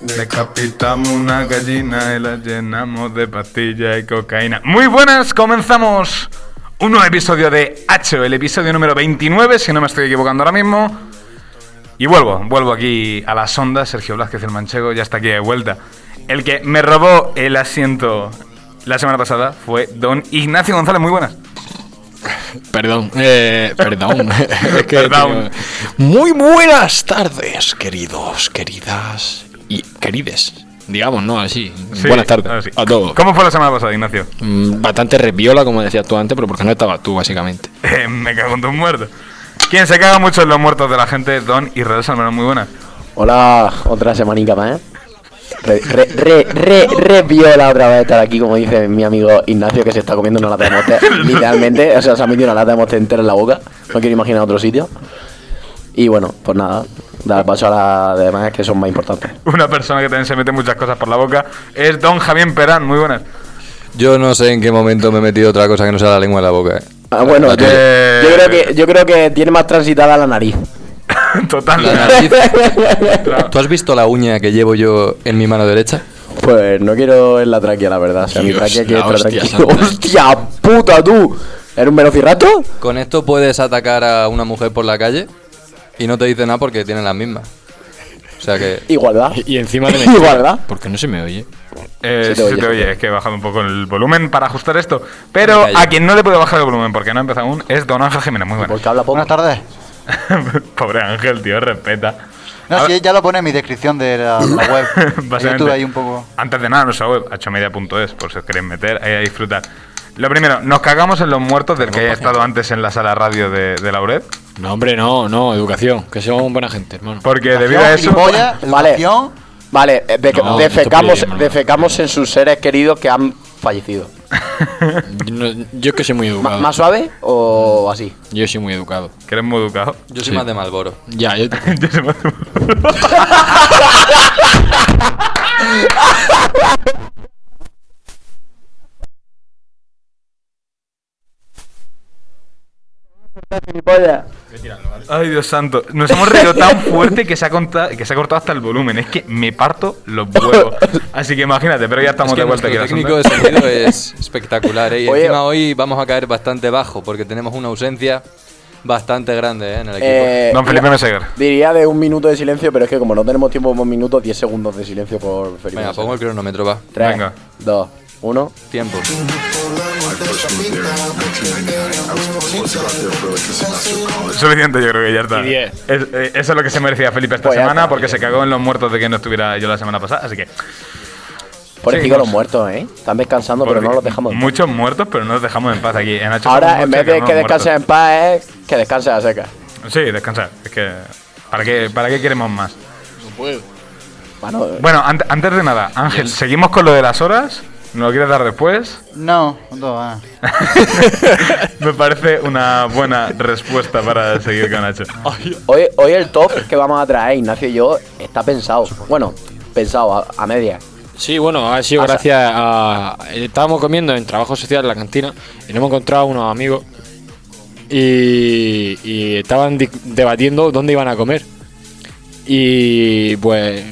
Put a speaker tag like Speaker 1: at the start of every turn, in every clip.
Speaker 1: Decapitamos una gallina y la llenamos de pastilla y cocaína. Muy buenas, comenzamos un nuevo episodio de H, el episodio número 29, si no me estoy equivocando ahora mismo. Y vuelvo, vuelvo aquí a las ondas. Sergio Blázquez, el manchego, ya está aquí de vuelta. El que me robó el asiento la semana pasada fue don Ignacio González. Muy buenas.
Speaker 2: Perdón, eh, perdón. Es que,
Speaker 1: Perdón.
Speaker 2: tío, Muy buenas tardes, queridos, queridas y querides. Digamos, ¿no? Así.
Speaker 1: Sí,
Speaker 2: buenas tardes
Speaker 1: ahora Ah, sí.
Speaker 2: a todos.
Speaker 1: ¿Cómo fue la semana pasada, Ignacio?
Speaker 2: Mm, Bastante reviola, como decías tú antes, pero porque no estabas tú, básicamente.
Speaker 1: Eh, me cago en tus muertos. Quien se caga mucho en los muertos de la gente es Don Israel Salmerón, muy buena.
Speaker 3: Hola, otra semanica más. ¿eh? Re, re, re, re, re viola otra vez estar aquí, como dice mi amigo Ignacio, que se está comiendo una lata de moste. literalmente, o sea, se ha metido una lata de moste entera en la boca. No quiero imaginar otro sitio. Y bueno, pues nada, dar paso a las demás que son más importantes.
Speaker 1: Una persona que también se mete muchas cosas por la boca es Don Javier Perán, muy buenas.
Speaker 4: Yo no sé en qué momento me he metido otra cosa que no sea la lengua en la boca. eh.
Speaker 3: Ah, bueno, yo,
Speaker 1: Eh.
Speaker 3: yo creo que, yo creo que tiene más transitada la nariz.
Speaker 1: Total.
Speaker 4: La nariz. ¿Tú has visto la uña que llevo yo en mi mano derecha?
Speaker 3: Pues no quiero en la tráquea, la verdad. O sea, mi
Speaker 2: Dios,
Speaker 3: tráquea quiere
Speaker 2: la
Speaker 3: estar
Speaker 2: hostia
Speaker 3: tranquilo.
Speaker 2: santa.
Speaker 3: ¡Hostia puta, tú! ¿Eres un velociraptor?
Speaker 4: Con esto puedes atacar a una mujer por la calle y no te dice nada porque tienen las mismas. O sea que.
Speaker 3: Igualdad.
Speaker 2: Y, y encima de mentira,
Speaker 3: Igualdad.
Speaker 2: Porque no se me oye.
Speaker 1: Eh, sí,
Speaker 3: Se te
Speaker 1: se te
Speaker 3: oye, se te
Speaker 1: oye,
Speaker 3: oye.
Speaker 1: es que he bajado un poco el volumen para ajustar esto. Pero
Speaker 4: Me callo.
Speaker 1: a quien no le puedo bajar el volumen porque no ha empezado aún es Don Ángel Jiménez, muy buenas.
Speaker 3: Porque habla poco.
Speaker 5: Buenas tardes.
Speaker 1: Pobre Ángel, tío, respeta.
Speaker 5: No,
Speaker 1: Ahora-
Speaker 5: sí, ya lo pone en mi descripción de la, la web. Yo
Speaker 1: Básicamente,
Speaker 5: estuve ahí un poco.
Speaker 1: Antes de nada, nuestra web, hmedia.es, por si os queréis meter ahí a disfrutar. Lo primero, nos cagamos en los muertos del que haya estado antes en la sala radio de, de Lauret.
Speaker 2: No, hombre, no, no, educación. Que somos buena gente, hermano.
Speaker 1: Porque debido a eso.
Speaker 5: Gilipollas,
Speaker 3: Vale.
Speaker 5: educación,
Speaker 3: Vale, eh, de-
Speaker 2: No,
Speaker 3: defecamos,
Speaker 2: esto es
Speaker 3: defecamos en sus seres queridos que han fallecido.
Speaker 2: Yo, no- yo es que soy muy
Speaker 3: Ma-
Speaker 2: educado.
Speaker 3: ¿Más suave o así?
Speaker 2: Yo soy muy educado.
Speaker 1: Que eres muy educado.
Speaker 4: Yo soy
Speaker 2: Sí.
Speaker 4: más de Malboro.
Speaker 2: Ya, yo.
Speaker 1: Yo soy más- Ay, Dios santo. Nos hemos reído tan fuerte que se, ha conta- que se ha cortado hasta el volumen. Es que me parto los huevos. Así que imagínate, pero ya estamos
Speaker 4: Es que
Speaker 1: de vuelta aquí.
Speaker 4: nuestro
Speaker 1: a las
Speaker 4: técnico de
Speaker 1: ondas.
Speaker 4: sonido es espectacular, ¿eh? Y
Speaker 3: Oye.
Speaker 4: encima hoy vamos a caer bastante bajo porque tenemos una ausencia bastante grande ¿eh? en el equipo.
Speaker 3: Eh,
Speaker 1: Don Felipe Meseguer.
Speaker 3: Diría de un minuto de silencio, pero es que como no tenemos tiempo, un minuto, 10 segundos de silencio por Felipe.
Speaker 4: Venga, pongo el cronómetro, va.
Speaker 3: 3,
Speaker 1: Venga.
Speaker 3: 2, 1.
Speaker 4: Tiempo.
Speaker 1: Suficiente, yo creo que ya está.
Speaker 2: Y diez.
Speaker 1: Es- eh, eso es lo que se merecía Felipe esta
Speaker 3: Pues ya
Speaker 1: semana
Speaker 3: está,
Speaker 1: porque se cagó en los muertos de que no estuviera yo la semana pasada. Así que. Seguimos.
Speaker 3: Por encima los muertos, ¿eh? Están descansando, pero no los dejamos. en paz.
Speaker 1: Muchos muertos, pero no los dejamos en paz aquí. En H
Speaker 3: Ahora,
Speaker 1: somos
Speaker 3: en
Speaker 1: muchos
Speaker 3: vez de
Speaker 1: no
Speaker 3: que
Speaker 1: muertos.
Speaker 3: descansen en paz, es que descansen a seca.
Speaker 1: Sí, descansar. Es que. ¿Para qué, ¿Para qué queremos más?
Speaker 3: Bueno,
Speaker 1: Bueno, ant- antes de nada, Ángel, seguimos con lo de las horas. ¿No lo quieres dar después?
Speaker 5: no, no, ah.
Speaker 1: Me parece una buena respuesta para seguir con H.
Speaker 3: hoy, hoy el top que vamos a traer, Ignacio y yo, está pensado. Bueno, pensado, a, a media.
Speaker 2: Sí, bueno, ha sido
Speaker 3: O sea-
Speaker 2: gracias a. Estábamos comiendo en trabajo social en la cantina y nos hemos encontrado unos amigos y, y estaban di- debatiendo dónde iban a comer. Y pues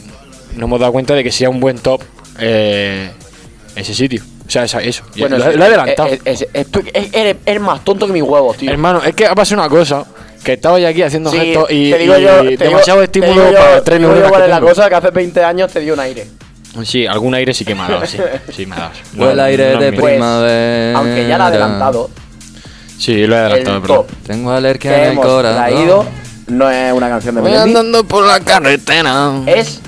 Speaker 2: nos hemos dado cuenta de que sería un buen top eh, ese sitio. O sea, esa- eso. Y lo,
Speaker 3: es-
Speaker 2: lo he adelantado.
Speaker 3: es- es- es- tú- es- eres, eres más tonto que mis huevos, tío.
Speaker 2: Hermano, es que ha pasado una cosa. Que estaba yo aquí haciendo
Speaker 3: Sí,
Speaker 2: gestos y,
Speaker 3: te digo
Speaker 2: y
Speaker 3: yo, te
Speaker 2: demasiado
Speaker 3: digo-
Speaker 2: estímulo
Speaker 3: te digo yo-
Speaker 2: para
Speaker 3: te
Speaker 2: tres
Speaker 3: digo yo
Speaker 2: neuronas
Speaker 3: cuál
Speaker 2: que
Speaker 3: es la
Speaker 2: tengo.
Speaker 3: cosa que hace 20 años te dio un aire.
Speaker 2: Sí, algún aire sí que me ha dado, sí. Sí, me ha dado.
Speaker 4: Huele
Speaker 2: No,
Speaker 4: aire
Speaker 2: no
Speaker 4: de
Speaker 2: es mío.
Speaker 4: pri- Primavera.
Speaker 3: Pues, aunque ya la ha
Speaker 2: Eh,
Speaker 3: adelantado,
Speaker 2: Sí, lo he
Speaker 3: el
Speaker 2: adelantado, perdón.
Speaker 3: top
Speaker 4: Tengo alergia
Speaker 3: que
Speaker 4: en el
Speaker 3: hemos
Speaker 4: corazón.
Speaker 3: traído no es una canción de
Speaker 2: Voy
Speaker 3: Melendi,
Speaker 2: andando por la carretera.
Speaker 3: es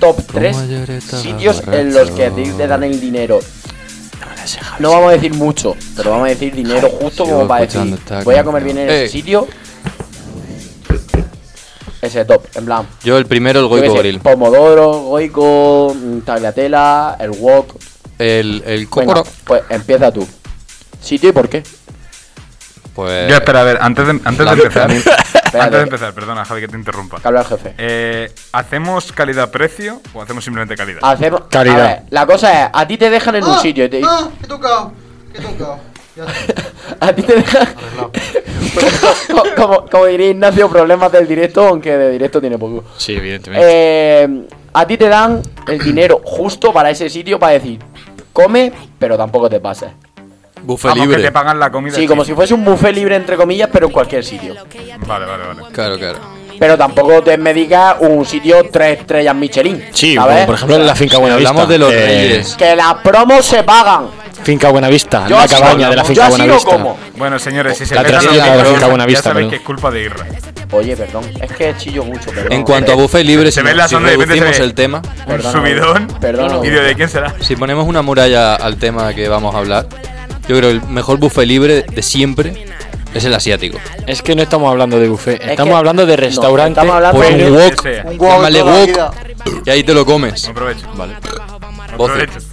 Speaker 3: top 3
Speaker 4: ayer estaba
Speaker 3: sitios en los que a ti te dan el dinero. No vamos a decir mucho, pero vamos a decir dinero justo
Speaker 4: sigo
Speaker 3: como para
Speaker 4: escuchando
Speaker 3: decir,
Speaker 4: esta
Speaker 3: voy a comer bien
Speaker 4: canción.
Speaker 3: en ese
Speaker 4: Ey.
Speaker 3: sitio. Ese top, en plan.
Speaker 4: Yo el primero, el
Speaker 3: yo qué
Speaker 4: Goico
Speaker 3: sé,
Speaker 4: Grill.
Speaker 3: Pomodoro, Goico, mm, Tagliatella, el Wok.
Speaker 4: El, el
Speaker 3: Venga,
Speaker 4: Cocoro.
Speaker 3: pues empieza tú. ¿Sitio y por qué?
Speaker 4: Pues.
Speaker 1: Yo, espera, a ver, antes de, antes de
Speaker 4: La-
Speaker 1: empezar.
Speaker 4: también-
Speaker 1: antes de
Speaker 3: Eh, Espérate.
Speaker 1: empezar, perdona, Javi, que te interrumpa.
Speaker 3: Que habla el jefe.
Speaker 1: Eh, ¿Hacemos calidad-precio o hacemos simplemente calidad?
Speaker 3: Hacemos.
Speaker 2: Calidad.
Speaker 3: a ver, la cosa es, a ti te dejan en un
Speaker 5: Ah,
Speaker 3: sitio. y te-
Speaker 5: Ah, que he tocado, que he tocado. Ya está.
Speaker 3: a ti te dejan. Co- como, como diría Ignacio, problemas del directo, aunque de directo tiene poco.
Speaker 2: Sí, evidentemente.
Speaker 3: Eh, a ti te dan el dinero justo para ese sitio para decir, come, pero tampoco te pases.
Speaker 4: Buffet
Speaker 1: Vamos, que
Speaker 4: libre.
Speaker 1: te pagan la comida.
Speaker 3: Sí, como si fuese un buffet libre, entre comillas, pero en cualquier sitio.
Speaker 1: Vale, vale, vale.
Speaker 4: Claro, claro.
Speaker 3: Pero tampoco te medicas un sitio tres estrellas Michelin.
Speaker 2: Sí,
Speaker 3: ¿sabes?
Speaker 2: como por ejemplo en la finca
Speaker 4: Si
Speaker 2: Buenavista.
Speaker 4: hablamos de los
Speaker 2: eh,
Speaker 4: reyes.
Speaker 3: Que las promos se pagan.
Speaker 2: Finca Buenavista,
Speaker 3: Yo
Speaker 2: la
Speaker 3: así lo-
Speaker 2: cabaña de la
Speaker 3: yo
Speaker 2: finca
Speaker 3: así lo
Speaker 2: Buenavista.
Speaker 3: como.
Speaker 1: Bueno, señores, si se
Speaker 2: La
Speaker 1: petan
Speaker 2: trasera
Speaker 1: los
Speaker 2: de la
Speaker 1: micros,
Speaker 2: finca Buenavista,
Speaker 1: ya sabéis
Speaker 2: pero-
Speaker 1: que es culpa de Irra.
Speaker 3: Oye, perdón, es que chillo mucho, eh, perdón.
Speaker 4: En cuanto a buffet libre,
Speaker 1: Se
Speaker 4: si,
Speaker 1: ve la
Speaker 4: si
Speaker 1: sonda y de repente
Speaker 4: reducimos
Speaker 1: se ve
Speaker 4: el tema,
Speaker 1: Un
Speaker 3: Perdona,
Speaker 1: subidón.
Speaker 3: perdona.
Speaker 1: ¿Y de quién será?
Speaker 4: si ponemos una muralla al tema que vamos a hablar, yo creo que el mejor buffet libre de siempre es el asiático.
Speaker 2: Es que no estamos hablando de buffet,
Speaker 3: Es
Speaker 2: estamos
Speaker 3: que-
Speaker 2: hablando de
Speaker 3: no,
Speaker 2: restaurante
Speaker 3: estamos hablando
Speaker 2: por
Speaker 1: de-
Speaker 2: un
Speaker 1: Sí,
Speaker 2: wok.
Speaker 1: sí.
Speaker 5: Un huevo
Speaker 4: Llámale
Speaker 5: toda la
Speaker 4: wok.
Speaker 5: vida.
Speaker 4: Y ahí te lo comes.
Speaker 1: No aprovecho.
Speaker 4: Vale.
Speaker 1: No
Speaker 4: Bocio.
Speaker 1: aprovecho.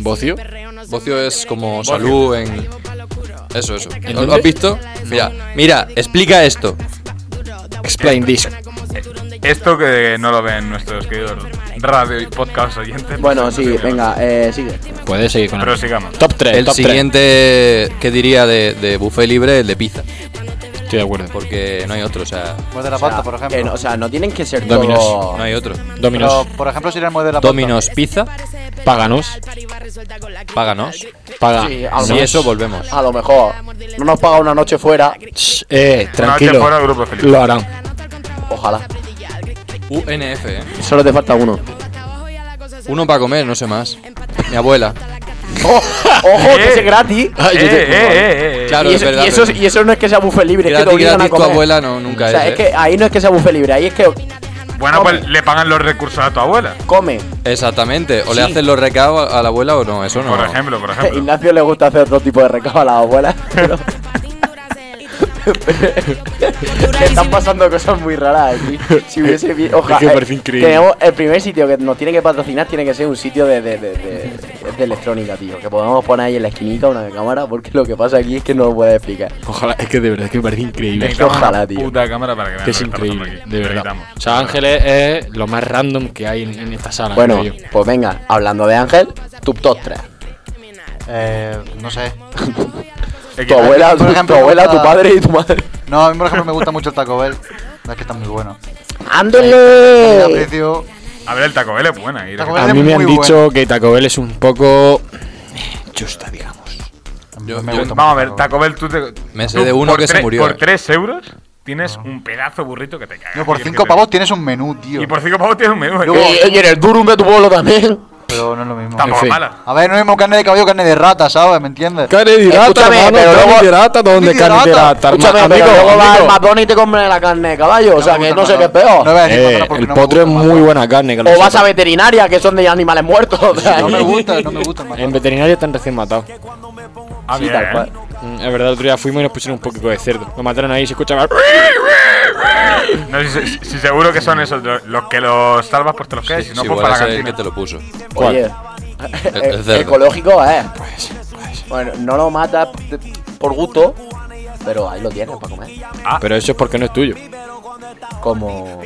Speaker 2: ¿Bocio?
Speaker 4: Bocio es como salud en. Eso, eso. ¿Lo- ¿Lo
Speaker 2: dónde?
Speaker 4: has visto? Mira, mira, explica esto.
Speaker 2: Explain this.
Speaker 1: Esto que no lo ven nuestros queridos radio y podcast oyentes.
Speaker 3: Bueno, sí, venga, eh, sigue.
Speaker 2: Puedes seguir con
Speaker 1: Pero
Speaker 2: el
Speaker 1: sigamos.
Speaker 2: Top 3,
Speaker 4: El
Speaker 2: top tres.
Speaker 4: siguiente que diría de, de buffet libre, el de pizza.
Speaker 2: Estoy de acuerdo.
Speaker 4: Porque no hay otro, o sea,
Speaker 5: Muerde de la
Speaker 3: O sea,
Speaker 5: pata, por
Speaker 3: que no-
Speaker 5: ejemplo.
Speaker 3: o sea, no tienen que ser
Speaker 2: Dominos.
Speaker 3: todos-
Speaker 4: no hay otro.
Speaker 5: Pero,
Speaker 2: Dominos,
Speaker 5: por ejemplo, si le muerde la pata.
Speaker 4: Dominos Pizza,
Speaker 2: páganos.
Speaker 4: páganos.
Speaker 2: Paga.
Speaker 3: Sí, a lo
Speaker 4: Si
Speaker 3: mejor-
Speaker 4: eso, volvemos.
Speaker 3: A lo mejor no nos paga una noche fuera,
Speaker 2: Shh, Eh,
Speaker 1: Una noche fuera,
Speaker 2: tranquilo.
Speaker 1: grupo feliz.
Speaker 2: Lo harán.
Speaker 3: ojalá.
Speaker 4: UNF, ¿eh?
Speaker 3: Solo te falta uno.
Speaker 4: Uno para comer, no sé más. Mi abuela.
Speaker 3: Oh, ojo, que
Speaker 1: Eh.
Speaker 3: ese es gratis.
Speaker 1: Eh,
Speaker 2: Ay, yo te-
Speaker 1: eh, eh, eh.
Speaker 4: Claro,
Speaker 3: y,
Speaker 4: es
Speaker 3: eso,
Speaker 4: verdad.
Speaker 3: y, eso,
Speaker 4: pero
Speaker 3: y eso no es que sea buffet libre, es que te
Speaker 4: gratis,
Speaker 3: obligan a
Speaker 4: gratis, tu
Speaker 3: comer.
Speaker 4: abuela no, nunca
Speaker 3: o sea, es
Speaker 4: es. ¿eh?
Speaker 3: que ahí no es que sea buffet libre, ahí es que
Speaker 1: Bueno, pues le pagan los recursos a tu abuela.
Speaker 3: come.
Speaker 4: Exactamente. O le
Speaker 3: Sí.
Speaker 4: haces los recados a la abuela o no, eso no.
Speaker 1: Por ejemplo, por
Speaker 3: A
Speaker 1: ejemplo.
Speaker 3: Ignacio le gusta hacer otro tipo de recado a las abuelas, pero... Le están pasando cosas muy raras aquí. Si hubiese vi- ojalá.
Speaker 2: Es que parece increíble.
Speaker 3: Tenemos el primer sitio que nos tiene que patrocinar tiene que ser un sitio de, de, de, de- de electrónica, tío. Que podamos poner ahí en la esquinita una cámara, porque lo que pasa aquí es que no lo puedes explicar.
Speaker 2: Ojalá, es que de verdad, es que me parece increíble.
Speaker 1: Necesitamos una
Speaker 3: Ojalá, tío.
Speaker 1: Puta cámara para que vean
Speaker 2: Que es
Speaker 1: lo estamos
Speaker 2: increíble,
Speaker 1: haciendo aquí.
Speaker 2: de
Speaker 1: Lo
Speaker 2: verdad.
Speaker 1: quitamos.
Speaker 2: O sea, Ángeles es lo más random que hay en, en esta
Speaker 5: Ah,
Speaker 2: sala.
Speaker 3: Bueno,
Speaker 2: creo yo.
Speaker 3: pues venga, hablando de Ángel, tu top 3.
Speaker 5: Eh, no sé.
Speaker 1: Es que-
Speaker 3: Tu abuela,
Speaker 5: por
Speaker 3: tu,
Speaker 5: ejemplo,
Speaker 3: tu abuela,
Speaker 5: gusta-
Speaker 3: tu padre y tu madre.
Speaker 5: No, a mí, por ejemplo, me gusta mucho el Taco Bell. La verdad es que está muy bueno. Y a
Speaker 3: ¡Ándale!
Speaker 5: precio.
Speaker 1: A ver, el Taco Bell es buena. y la
Speaker 5: Taco
Speaker 1: que-
Speaker 5: Bell.
Speaker 2: A
Speaker 5: es
Speaker 2: mí me han
Speaker 5: muy
Speaker 2: dicho que Taco Bell es un poco chusta, digamos.
Speaker 4: Yo-
Speaker 5: me
Speaker 4: yo-
Speaker 5: gusta
Speaker 1: Vamos a
Speaker 5: mucho el
Speaker 1: ver, Taco Bell, tú te.
Speaker 4: Me sé
Speaker 1: tú
Speaker 4: de uno
Speaker 1: por
Speaker 4: que se
Speaker 1: tres-
Speaker 4: murió,
Speaker 1: Por
Speaker 4: eh.
Speaker 1: 3 euros tienes un pedazo burrito que te cagas.
Speaker 5: No, por
Speaker 1: Y el que
Speaker 5: 5
Speaker 1: te-
Speaker 5: pavos tienes un menú, tío.
Speaker 1: Y por 5 pavos tienes un menú.
Speaker 5: Luego-
Speaker 1: eh,
Speaker 3: Y en el durum de tu pueblo también.
Speaker 5: Pero no es lo mismo.
Speaker 1: Tampoco
Speaker 2: en fin.
Speaker 1: es mala.
Speaker 5: A ver, no es lo mismo carne de caballo que carne de rata, ¿sabes? ¿Me entiendes?
Speaker 2: Carne de
Speaker 3: rata, Escúchame, hermano, pero carne luego- de
Speaker 2: rata,
Speaker 5: ¿dónde Carne de carne de rata? rata,
Speaker 3: Escúchame, pero luego vas al McDonald's y te compras la carne de caballo. o sea, que no sé qué es peor.
Speaker 5: No voy a decir más nada porque
Speaker 2: Eh, el
Speaker 5: no me
Speaker 2: potro es
Speaker 5: gusta,
Speaker 2: muy
Speaker 5: macho.
Speaker 2: buena carne. que lo
Speaker 3: O vas
Speaker 2: sepa.
Speaker 3: a veterinaria, que son de animales muertos. o sea,
Speaker 5: No me
Speaker 3: que-
Speaker 5: gusta, no me gusta el
Speaker 2: En
Speaker 5: McDonald's.
Speaker 2: veterinaria están recién matados.
Speaker 1: Ah,
Speaker 3: Sí,
Speaker 1: bien,
Speaker 3: tal
Speaker 1: eh.
Speaker 3: cual.
Speaker 2: Mm, Es verdad, el otro día fuimos y nos pusieron un poquito de cerdo. Lo mataron ahí y se escuchaba. Pues,
Speaker 1: No, si, si- si seguro que son esos. lo- Los que los salvas, pues te los quedas.
Speaker 4: Sí,
Speaker 1: si no,
Speaker 4: sí,
Speaker 1: pues
Speaker 4: igual
Speaker 1: para la
Speaker 4: ese es el que
Speaker 1: cantina.
Speaker 4: te lo puso.
Speaker 2: ¿Cuál?
Speaker 3: Oye,
Speaker 4: El- el cerdo.
Speaker 3: ecológico, eh.
Speaker 2: pues.
Speaker 3: Bueno, no lo matas de- por gusto, pero ahí lo tienes para comer.
Speaker 1: Ah.
Speaker 2: Pero eso es porque no es tuyo.
Speaker 3: Como.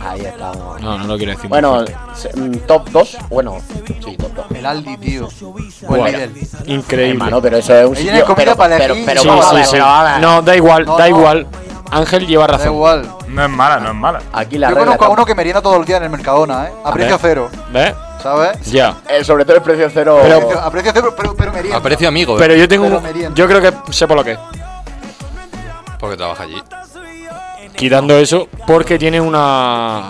Speaker 3: Ahí estamos.
Speaker 2: No, no lo quiero decir. muy
Speaker 3: Bueno,
Speaker 2: fuerte.
Speaker 3: se- mm, top 2. Bueno, sí, top 2.
Speaker 5: El Aldi, tío. Buen
Speaker 2: Buah,
Speaker 5: Lidl.
Speaker 2: increíble.
Speaker 3: Hermano, pero eso es un
Speaker 5: Ahí
Speaker 3: sitio.
Speaker 5: tienes comida
Speaker 3: Pero,
Speaker 5: para
Speaker 3: pero,
Speaker 5: elegir.
Speaker 3: pero
Speaker 2: Sí,
Speaker 3: vamos
Speaker 2: sí,
Speaker 3: a ver,
Speaker 2: sí.
Speaker 3: pero vamos a ver.
Speaker 2: No, da igual,
Speaker 5: No,
Speaker 2: da
Speaker 5: no.
Speaker 2: igual. Ángel lleva
Speaker 5: Da
Speaker 2: razón.
Speaker 5: igual.
Speaker 1: No es mala, no es mala.
Speaker 3: Aquí la
Speaker 5: Yo
Speaker 3: regla.
Speaker 5: conozco a
Speaker 3: está-
Speaker 5: uno que merienda todos los días en el Mercadona, ¿eh? A precio
Speaker 2: ver.
Speaker 5: cero,
Speaker 2: ¿Ves?
Speaker 5: ¿sabes?
Speaker 2: Ya.
Speaker 3: Eh, sobre todo el precio cero.
Speaker 5: A precio- A precio cero, pero, pero merienda.
Speaker 4: Aprecio amigo, ¿eh?
Speaker 2: Pero yo tengo.
Speaker 5: Pero
Speaker 2: un-
Speaker 5: merienda.
Speaker 2: Yo creo que sé por lo que es.
Speaker 4: Porque trabaja allí.
Speaker 2: Quitando eso, porque tiene una.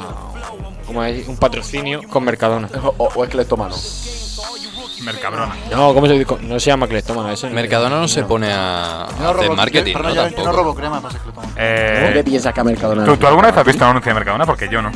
Speaker 2: ¿Cómo es? Un patrocinio con Mercadona.
Speaker 3: O, o es que le toman.
Speaker 1: ¿Eh? Mercabrona.
Speaker 2: No, ¿cómo se dice? No se llama Cleptómano eso.
Speaker 4: Mercadona no se pone a
Speaker 5: Yo no
Speaker 4: hacer
Speaker 5: robo-
Speaker 4: marketing,
Speaker 5: yo-
Speaker 4: ¿no?
Speaker 5: perdón, yo- Yo no
Speaker 4: Tampoco.
Speaker 5: robo crema, pasa que lo tomo.
Speaker 3: ¿Tú qué
Speaker 1: Eh,
Speaker 3: piensas que a Mercadona?
Speaker 1: ¿tú, tú alguna vez has visto un anuncio de Mercadona? Porque yo no.